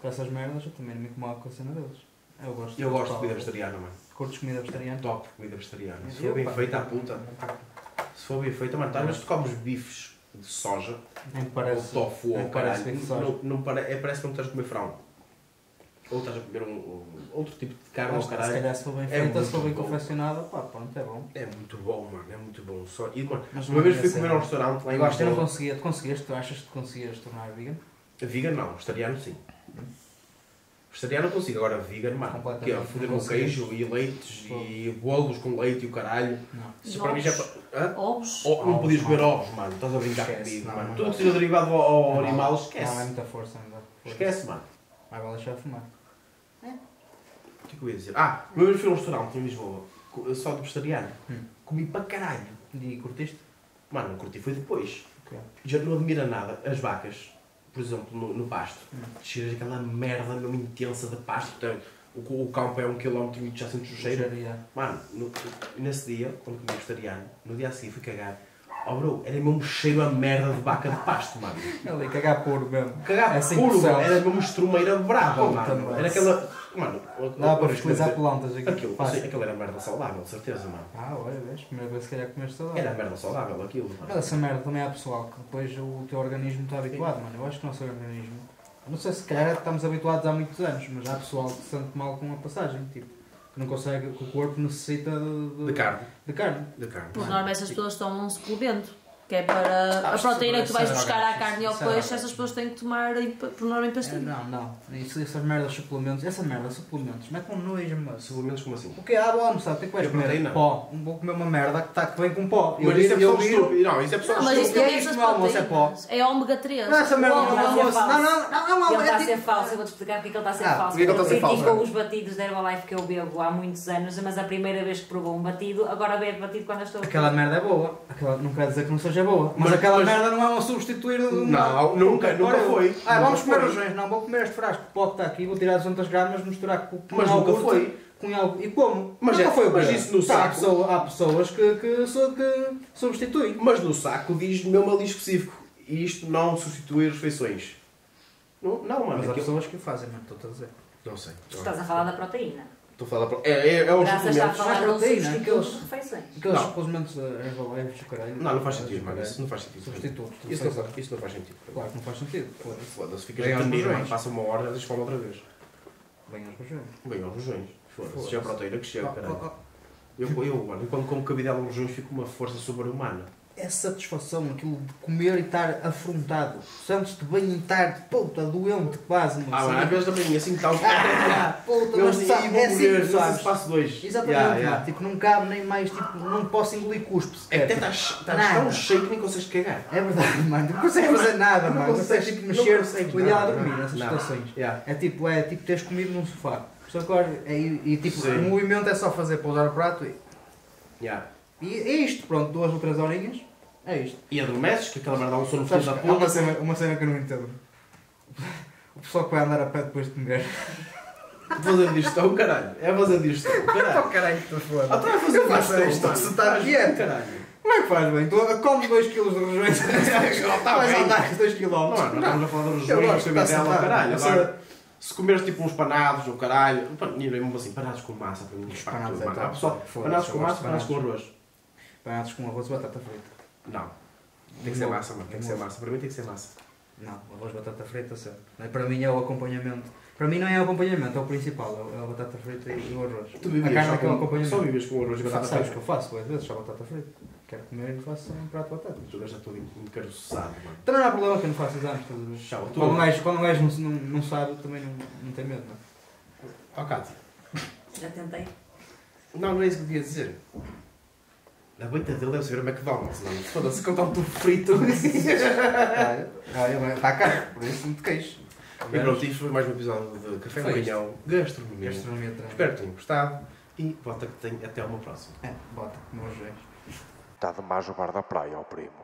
[SPEAKER 2] com essas merdas, eu também não me incomodo com a cena deles. Eu gosto
[SPEAKER 1] Eu gosto de
[SPEAKER 2] Pá,
[SPEAKER 1] comida vegetariana, mano.
[SPEAKER 2] Curtes comida vegetariana?
[SPEAKER 1] Top comida vegetariana. Se for
[SPEAKER 2] Eu,
[SPEAKER 1] bem
[SPEAKER 2] pá.
[SPEAKER 1] feita, à puta. Se for bem feita, mano. Às vezes tu comes bifes de soja
[SPEAKER 2] Nem me
[SPEAKER 1] ou
[SPEAKER 2] parece.
[SPEAKER 1] tofu
[SPEAKER 2] não
[SPEAKER 1] ou
[SPEAKER 2] parece
[SPEAKER 1] caralho.
[SPEAKER 2] bem de
[SPEAKER 1] Não,
[SPEAKER 2] soja.
[SPEAKER 1] não pare- é, parece que não estás a comer frango. Ou estás a comer um, um- outro tipo de carne
[SPEAKER 2] Lá
[SPEAKER 1] ou
[SPEAKER 2] está, Se
[SPEAKER 1] caralho.
[SPEAKER 2] calhar se for bem
[SPEAKER 1] É
[SPEAKER 2] feita, se for
[SPEAKER 1] muito
[SPEAKER 2] bem
[SPEAKER 1] bom.
[SPEAKER 2] confeccionada, pá, pronto, é bom.
[SPEAKER 1] É muito bom, mano. É muito bom. Só... E, mano,
[SPEAKER 2] Mas
[SPEAKER 1] uma vez
[SPEAKER 2] é
[SPEAKER 1] fui
[SPEAKER 2] cena.
[SPEAKER 1] comer a um restaurante lá em
[SPEAKER 2] Eu acho que eu não
[SPEAKER 1] Lisboa.
[SPEAKER 2] conseguia, tu conseguiste, tu achas que te conseguias tornar vegan?
[SPEAKER 1] Vegan não, vegetariano sim. Vegetariano eu consigo, agora vegan, mano.
[SPEAKER 2] Completamente.
[SPEAKER 1] Que é foder com
[SPEAKER 2] Não consigo.
[SPEAKER 1] queijo e leites e bolos com leite e o caralho.
[SPEAKER 2] Não.
[SPEAKER 1] Isso para mim já. é Hã?
[SPEAKER 5] Ovos.
[SPEAKER 1] Oh, não
[SPEAKER 2] Ovos,
[SPEAKER 1] podias comer
[SPEAKER 2] mano.
[SPEAKER 1] ovos, mano. Estás a brincar
[SPEAKER 2] Esquece,
[SPEAKER 1] comigo,
[SPEAKER 2] não,
[SPEAKER 1] mano.
[SPEAKER 2] não
[SPEAKER 1] Tudo
[SPEAKER 2] dá.
[SPEAKER 1] que seja derivado ao, ao
[SPEAKER 2] Não,
[SPEAKER 1] animal,
[SPEAKER 2] Não, é
[SPEAKER 1] esquece.
[SPEAKER 2] muita força ainda.
[SPEAKER 1] Esquece, mano.
[SPEAKER 2] Vai vale deixar fumar.
[SPEAKER 1] O que é que eu ia dizer? Ah, uma vez fui a um restaurante em Lisboa, co- só de vegetariano.
[SPEAKER 2] Hum.
[SPEAKER 1] Comi para caralho.
[SPEAKER 2] E Um curtiste?
[SPEAKER 1] Mano, não curti, foi depois.
[SPEAKER 2] Ok.
[SPEAKER 1] Já não admira nada as vacas, por exemplo, no, no pasto.
[SPEAKER 2] Hum.
[SPEAKER 1] Cheiras aquela merda mesmo intensa de pasto. Portanto, o, co- o campo é um quilómetro e já sentes o cheiro.
[SPEAKER 2] Cheiro,
[SPEAKER 1] Mano, no- nesse dia, quando comi vegetariano, no dia a seguir fui cagar. Oh bro, era mesmo cheiro a merda de vaca de pasto, mano.
[SPEAKER 2] já. Ali, cagar puro mesmo.
[SPEAKER 1] Cagar
[SPEAKER 2] Essa
[SPEAKER 1] puro,
[SPEAKER 2] impressão.
[SPEAKER 1] era mesmo estrumeira brava,
[SPEAKER 2] Puta
[SPEAKER 1] mano.
[SPEAKER 2] merda.
[SPEAKER 1] Era aquela. Mano, o- o-
[SPEAKER 2] Dá
[SPEAKER 1] o-
[SPEAKER 2] para utilizar plantas aqui.
[SPEAKER 1] Aquilo,
[SPEAKER 2] Faz.
[SPEAKER 1] sim, aquilo era merda saudável, de certeza, mano.
[SPEAKER 2] Ah, olha, vês? Primeira vez se calhar comeste saudável.
[SPEAKER 1] Era merda saudável aquilo,
[SPEAKER 2] Mas
[SPEAKER 1] mano.
[SPEAKER 2] essa merda também há pessoal que depois o teu organismo está habituado, mano. Eu acho que o nosso organismo. Não sei se calhar estamos habituados há muitos anos, mas há pessoal que se sente mal com a passagem, tipo, que não consegue, que o corpo necessita de, de-
[SPEAKER 1] De carne,
[SPEAKER 2] de carne.
[SPEAKER 1] de carne.
[SPEAKER 5] Por norma, essas pessoas tomam um suplemento. Que é para
[SPEAKER 2] Ah,
[SPEAKER 5] a proteína que tu vais
[SPEAKER 2] isso é
[SPEAKER 5] buscar
[SPEAKER 2] droga.
[SPEAKER 5] à carne e ao
[SPEAKER 2] Isso é droga.
[SPEAKER 5] peixe, essas pessoas têm que tomar, em- por norma, em
[SPEAKER 2] É,
[SPEAKER 5] pastilha.
[SPEAKER 2] não, não. Isso, essas merdas suplementos, essa merda suplementos, mete um nojo, moço.
[SPEAKER 1] Suplementos como assim?
[SPEAKER 2] O que é? Ah, vou almoçar, o que é que vais
[SPEAKER 1] É
[SPEAKER 2] comer?
[SPEAKER 1] proteína.
[SPEAKER 2] Pó. Um vou comer uma merda que está que vem com pó.
[SPEAKER 1] Mas isso é
[SPEAKER 2] eu
[SPEAKER 1] pessoal
[SPEAKER 2] vi-
[SPEAKER 1] estúpido. Não, isso é pessoal
[SPEAKER 5] Não, mas isso
[SPEAKER 1] estúpido.
[SPEAKER 5] não
[SPEAKER 2] é
[SPEAKER 5] é essas
[SPEAKER 2] isto, meu almoço, é pó.
[SPEAKER 5] proteínas. É ômega 3.
[SPEAKER 2] Não, essa merda
[SPEAKER 6] Não,
[SPEAKER 2] não é
[SPEAKER 6] não,
[SPEAKER 2] almoço.
[SPEAKER 6] é falso.
[SPEAKER 2] Não, não, não, não, não.
[SPEAKER 6] Ele está a
[SPEAKER 2] é
[SPEAKER 6] ser
[SPEAKER 2] tipo-
[SPEAKER 6] falso, eu vou-te explicar porque é que ele está a ser
[SPEAKER 2] Ah,
[SPEAKER 6] falso.
[SPEAKER 4] porque é que ele está a ser
[SPEAKER 6] Criticou
[SPEAKER 4] falso,
[SPEAKER 6] os batidos da Herbalife que eu bebo há muitos anos, mas a primeira vez que provou um batido, agora bebe batido quando eu estou
[SPEAKER 2] Aquela merda é boa. Aquela, não quer dizer que não seja boa. Mas,
[SPEAKER 1] Mas-
[SPEAKER 2] aquela
[SPEAKER 1] mas-
[SPEAKER 2] merda não é um substituir de uma-
[SPEAKER 1] Não, nunca, nunca
[SPEAKER 2] Ora, eu-
[SPEAKER 1] foi.
[SPEAKER 2] Ah,
[SPEAKER 1] Nunca
[SPEAKER 2] vamos comer
[SPEAKER 1] foi.
[SPEAKER 2] os rojões. Não, vou comer este frasco de pó que está aqui, vou tirar 200 gramas, misturar com, com
[SPEAKER 1] Mas nunca
[SPEAKER 2] iogurte,
[SPEAKER 1] foi.
[SPEAKER 2] Com algo, e como?
[SPEAKER 1] Mas
[SPEAKER 2] nunca
[SPEAKER 1] é-
[SPEAKER 2] foi o
[SPEAKER 1] mas
[SPEAKER 2] quê?
[SPEAKER 1] isso no
[SPEAKER 2] Tá, Há
[SPEAKER 1] saco.
[SPEAKER 2] pessoas, há pessoas que, que, su- que substituem.
[SPEAKER 1] Mas no saco diz mesmo ali específico. E isto não substitui as refeições. Não, não mano.
[SPEAKER 2] Mas há
[SPEAKER 1] aquilo-
[SPEAKER 2] pessoas que o fazem, não estou a dizer.
[SPEAKER 1] Não sei.
[SPEAKER 6] Tu estás a falar da proteína.
[SPEAKER 1] Estou a falar para. É, é, é os
[SPEAKER 6] Graças está a
[SPEAKER 1] suplementos.
[SPEAKER 6] falar de um
[SPEAKER 2] proteína, então.
[SPEAKER 6] substituto
[SPEAKER 2] aqueles-
[SPEAKER 6] de refeições.
[SPEAKER 2] Aqueles
[SPEAKER 1] Não.
[SPEAKER 2] suplementos eh, Herbalife, caralho.
[SPEAKER 1] Não, não faz sentido,
[SPEAKER 2] caralho,
[SPEAKER 1] mano. Isso não faz sentido.
[SPEAKER 2] Substituto.
[SPEAKER 1] Isso não, faz- isso não faz sentido.
[SPEAKER 2] é Claro que não faz sentido. Foda-se.
[SPEAKER 1] Foda-se, ficas
[SPEAKER 2] Bem
[SPEAKER 1] a
[SPEAKER 2] aos
[SPEAKER 1] dormir,
[SPEAKER 2] rojões.
[SPEAKER 1] mano. Passa uma hora, deixa fome outra vez.
[SPEAKER 2] Bem é aos rojões.
[SPEAKER 1] Bem, aos rojões. Foda-se,
[SPEAKER 2] Foda-se.
[SPEAKER 1] já a proteína que chega,
[SPEAKER 2] Oh,
[SPEAKER 1] caralho.
[SPEAKER 2] oh, oh.
[SPEAKER 1] Eu, eu, mano, eu quando como cabidela aos rojões fico com uma força sobre-humana.
[SPEAKER 2] é satisfação aquilo de comer e estar afrontado. Sentes-te bem e estar puta, doente quase, mano.
[SPEAKER 1] Ah, mano, às vezes também assim que está um.
[SPEAKER 2] Ah, puta,
[SPEAKER 1] Eu
[SPEAKER 2] mas
[SPEAKER 1] assim,
[SPEAKER 2] sabe, é assim,
[SPEAKER 1] eu
[SPEAKER 2] sabes?
[SPEAKER 1] faço dois.
[SPEAKER 2] Exatamente,
[SPEAKER 1] Yeah,
[SPEAKER 2] mano.
[SPEAKER 1] yeah.
[SPEAKER 2] Tipo, não cabe nem mais, tipo, não posso engolir cuspo
[SPEAKER 1] É
[SPEAKER 2] sequer.
[SPEAKER 1] que até estás estás
[SPEAKER 2] Nada.
[SPEAKER 1] tão cheio que nem consegues cagar.
[SPEAKER 2] É verdade, mano. Não consegues fazer nada,
[SPEAKER 1] Não
[SPEAKER 2] mano. Não consegues tipo,
[SPEAKER 1] consegues, não
[SPEAKER 2] mexer.
[SPEAKER 1] consegues
[SPEAKER 2] O ideal é
[SPEAKER 1] nada,
[SPEAKER 2] dormir
[SPEAKER 1] nada,
[SPEAKER 2] nessas
[SPEAKER 1] nada.
[SPEAKER 2] situações.
[SPEAKER 1] Yeah.
[SPEAKER 2] É tipo, é tipo teres comido num sofá. Só que olha, é- e tipo,
[SPEAKER 1] Sim.
[SPEAKER 2] o movimento é só fazer pousar o prato e,
[SPEAKER 1] Yeah.
[SPEAKER 2] e é isto, pronto, duas ou três horinhas. É isto.
[SPEAKER 1] E adormeces, que aquela merda dá um sono filho
[SPEAKER 2] Sabes,
[SPEAKER 1] da
[SPEAKER 2] há uma
[SPEAKER 1] puta.
[SPEAKER 2] cena, uma cena que eu não entendo. O pessoal que vai andar a pé depois de comer.
[SPEAKER 1] Fazer digestão, caralho. É fazer digestão,
[SPEAKER 2] Oh
[SPEAKER 1] caralho.
[SPEAKER 2] caralho, estou
[SPEAKER 1] Ah,
[SPEAKER 2] foda.
[SPEAKER 1] tu é fazer
[SPEAKER 2] Eu faço
[SPEAKER 1] digestão,
[SPEAKER 2] isto,
[SPEAKER 1] mano.
[SPEAKER 2] se tá
[SPEAKER 1] Faz,
[SPEAKER 2] dieta.
[SPEAKER 1] então, Caralho.
[SPEAKER 2] Como é que faz bem? Tu comes 2kg de rojões
[SPEAKER 1] tá
[SPEAKER 2] vais
[SPEAKER 1] bem.
[SPEAKER 2] andar 2km.
[SPEAKER 1] Não, mano, nós estamos a falar dos
[SPEAKER 2] Eu
[SPEAKER 1] joelhos,
[SPEAKER 2] gosto,
[SPEAKER 1] da
[SPEAKER 2] tá
[SPEAKER 1] dela,
[SPEAKER 2] sentado.
[SPEAKER 1] caralho.
[SPEAKER 2] Eu
[SPEAKER 1] Agora, se comeres tipo uns panados ou caralho. pá, E mesmo assim, panados com massa para mim, de facto.
[SPEAKER 2] Panados é
[SPEAKER 1] mano. Há
[SPEAKER 2] top.
[SPEAKER 1] pessoal-
[SPEAKER 2] Foda-se,
[SPEAKER 1] Panados
[SPEAKER 2] eu
[SPEAKER 1] com
[SPEAKER 2] gosto
[SPEAKER 1] massa,
[SPEAKER 2] de
[SPEAKER 1] panados
[SPEAKER 2] panados.
[SPEAKER 1] com arroz.
[SPEAKER 2] Panados com arroz e batata frita.
[SPEAKER 1] Não. Tem que ser massa, mano. Tem que ser massa. Para mim tem que ser massa.
[SPEAKER 2] Não, arroz e batata frita sempre. Não é- Para mim é o acompanhamento. Para mim não é o acompanhamento, é o principal. É o- é a batata frita e o arroz.
[SPEAKER 1] Tu
[SPEAKER 2] a
[SPEAKER 1] vivias
[SPEAKER 2] carne é
[SPEAKER 1] só
[SPEAKER 2] que é o
[SPEAKER 1] com,
[SPEAKER 2] acompanhamento.
[SPEAKER 1] só vivias com arroz e batata
[SPEAKER 2] Sabes
[SPEAKER 1] frita.
[SPEAKER 2] que eu faço, às vezes, só batata frita. Quero comer e faço um prato de batatas.
[SPEAKER 1] Tu gajo está todo encaroçado, um mano.
[SPEAKER 2] Também não há problema que eu não faço exames, estás a ver?
[SPEAKER 1] Chau, tu.
[SPEAKER 2] Quando um gajo, quando um gajo não, não, não sabe, também não, não tem medo, não é?
[SPEAKER 1] Ó, Cátia.
[SPEAKER 6] Já tentei.
[SPEAKER 1] Não, não é isso que eu devia dizer. A beita dele deve saber o McDonald's, mano. Foda-se, contar um tubo frito.
[SPEAKER 2] Ah, ele está caro, por isso não te queixo.
[SPEAKER 1] E pronto, isto foi mais um episódio de Café
[SPEAKER 2] Foi
[SPEAKER 1] no Canhão, Gastronomia.
[SPEAKER 2] Gastronomia também.
[SPEAKER 1] Espero que tenham gostado e volta que tenho até uma próxima.
[SPEAKER 2] É, bota, não os vejo.
[SPEAKER 7] Está de mais o bar da praia ao primo.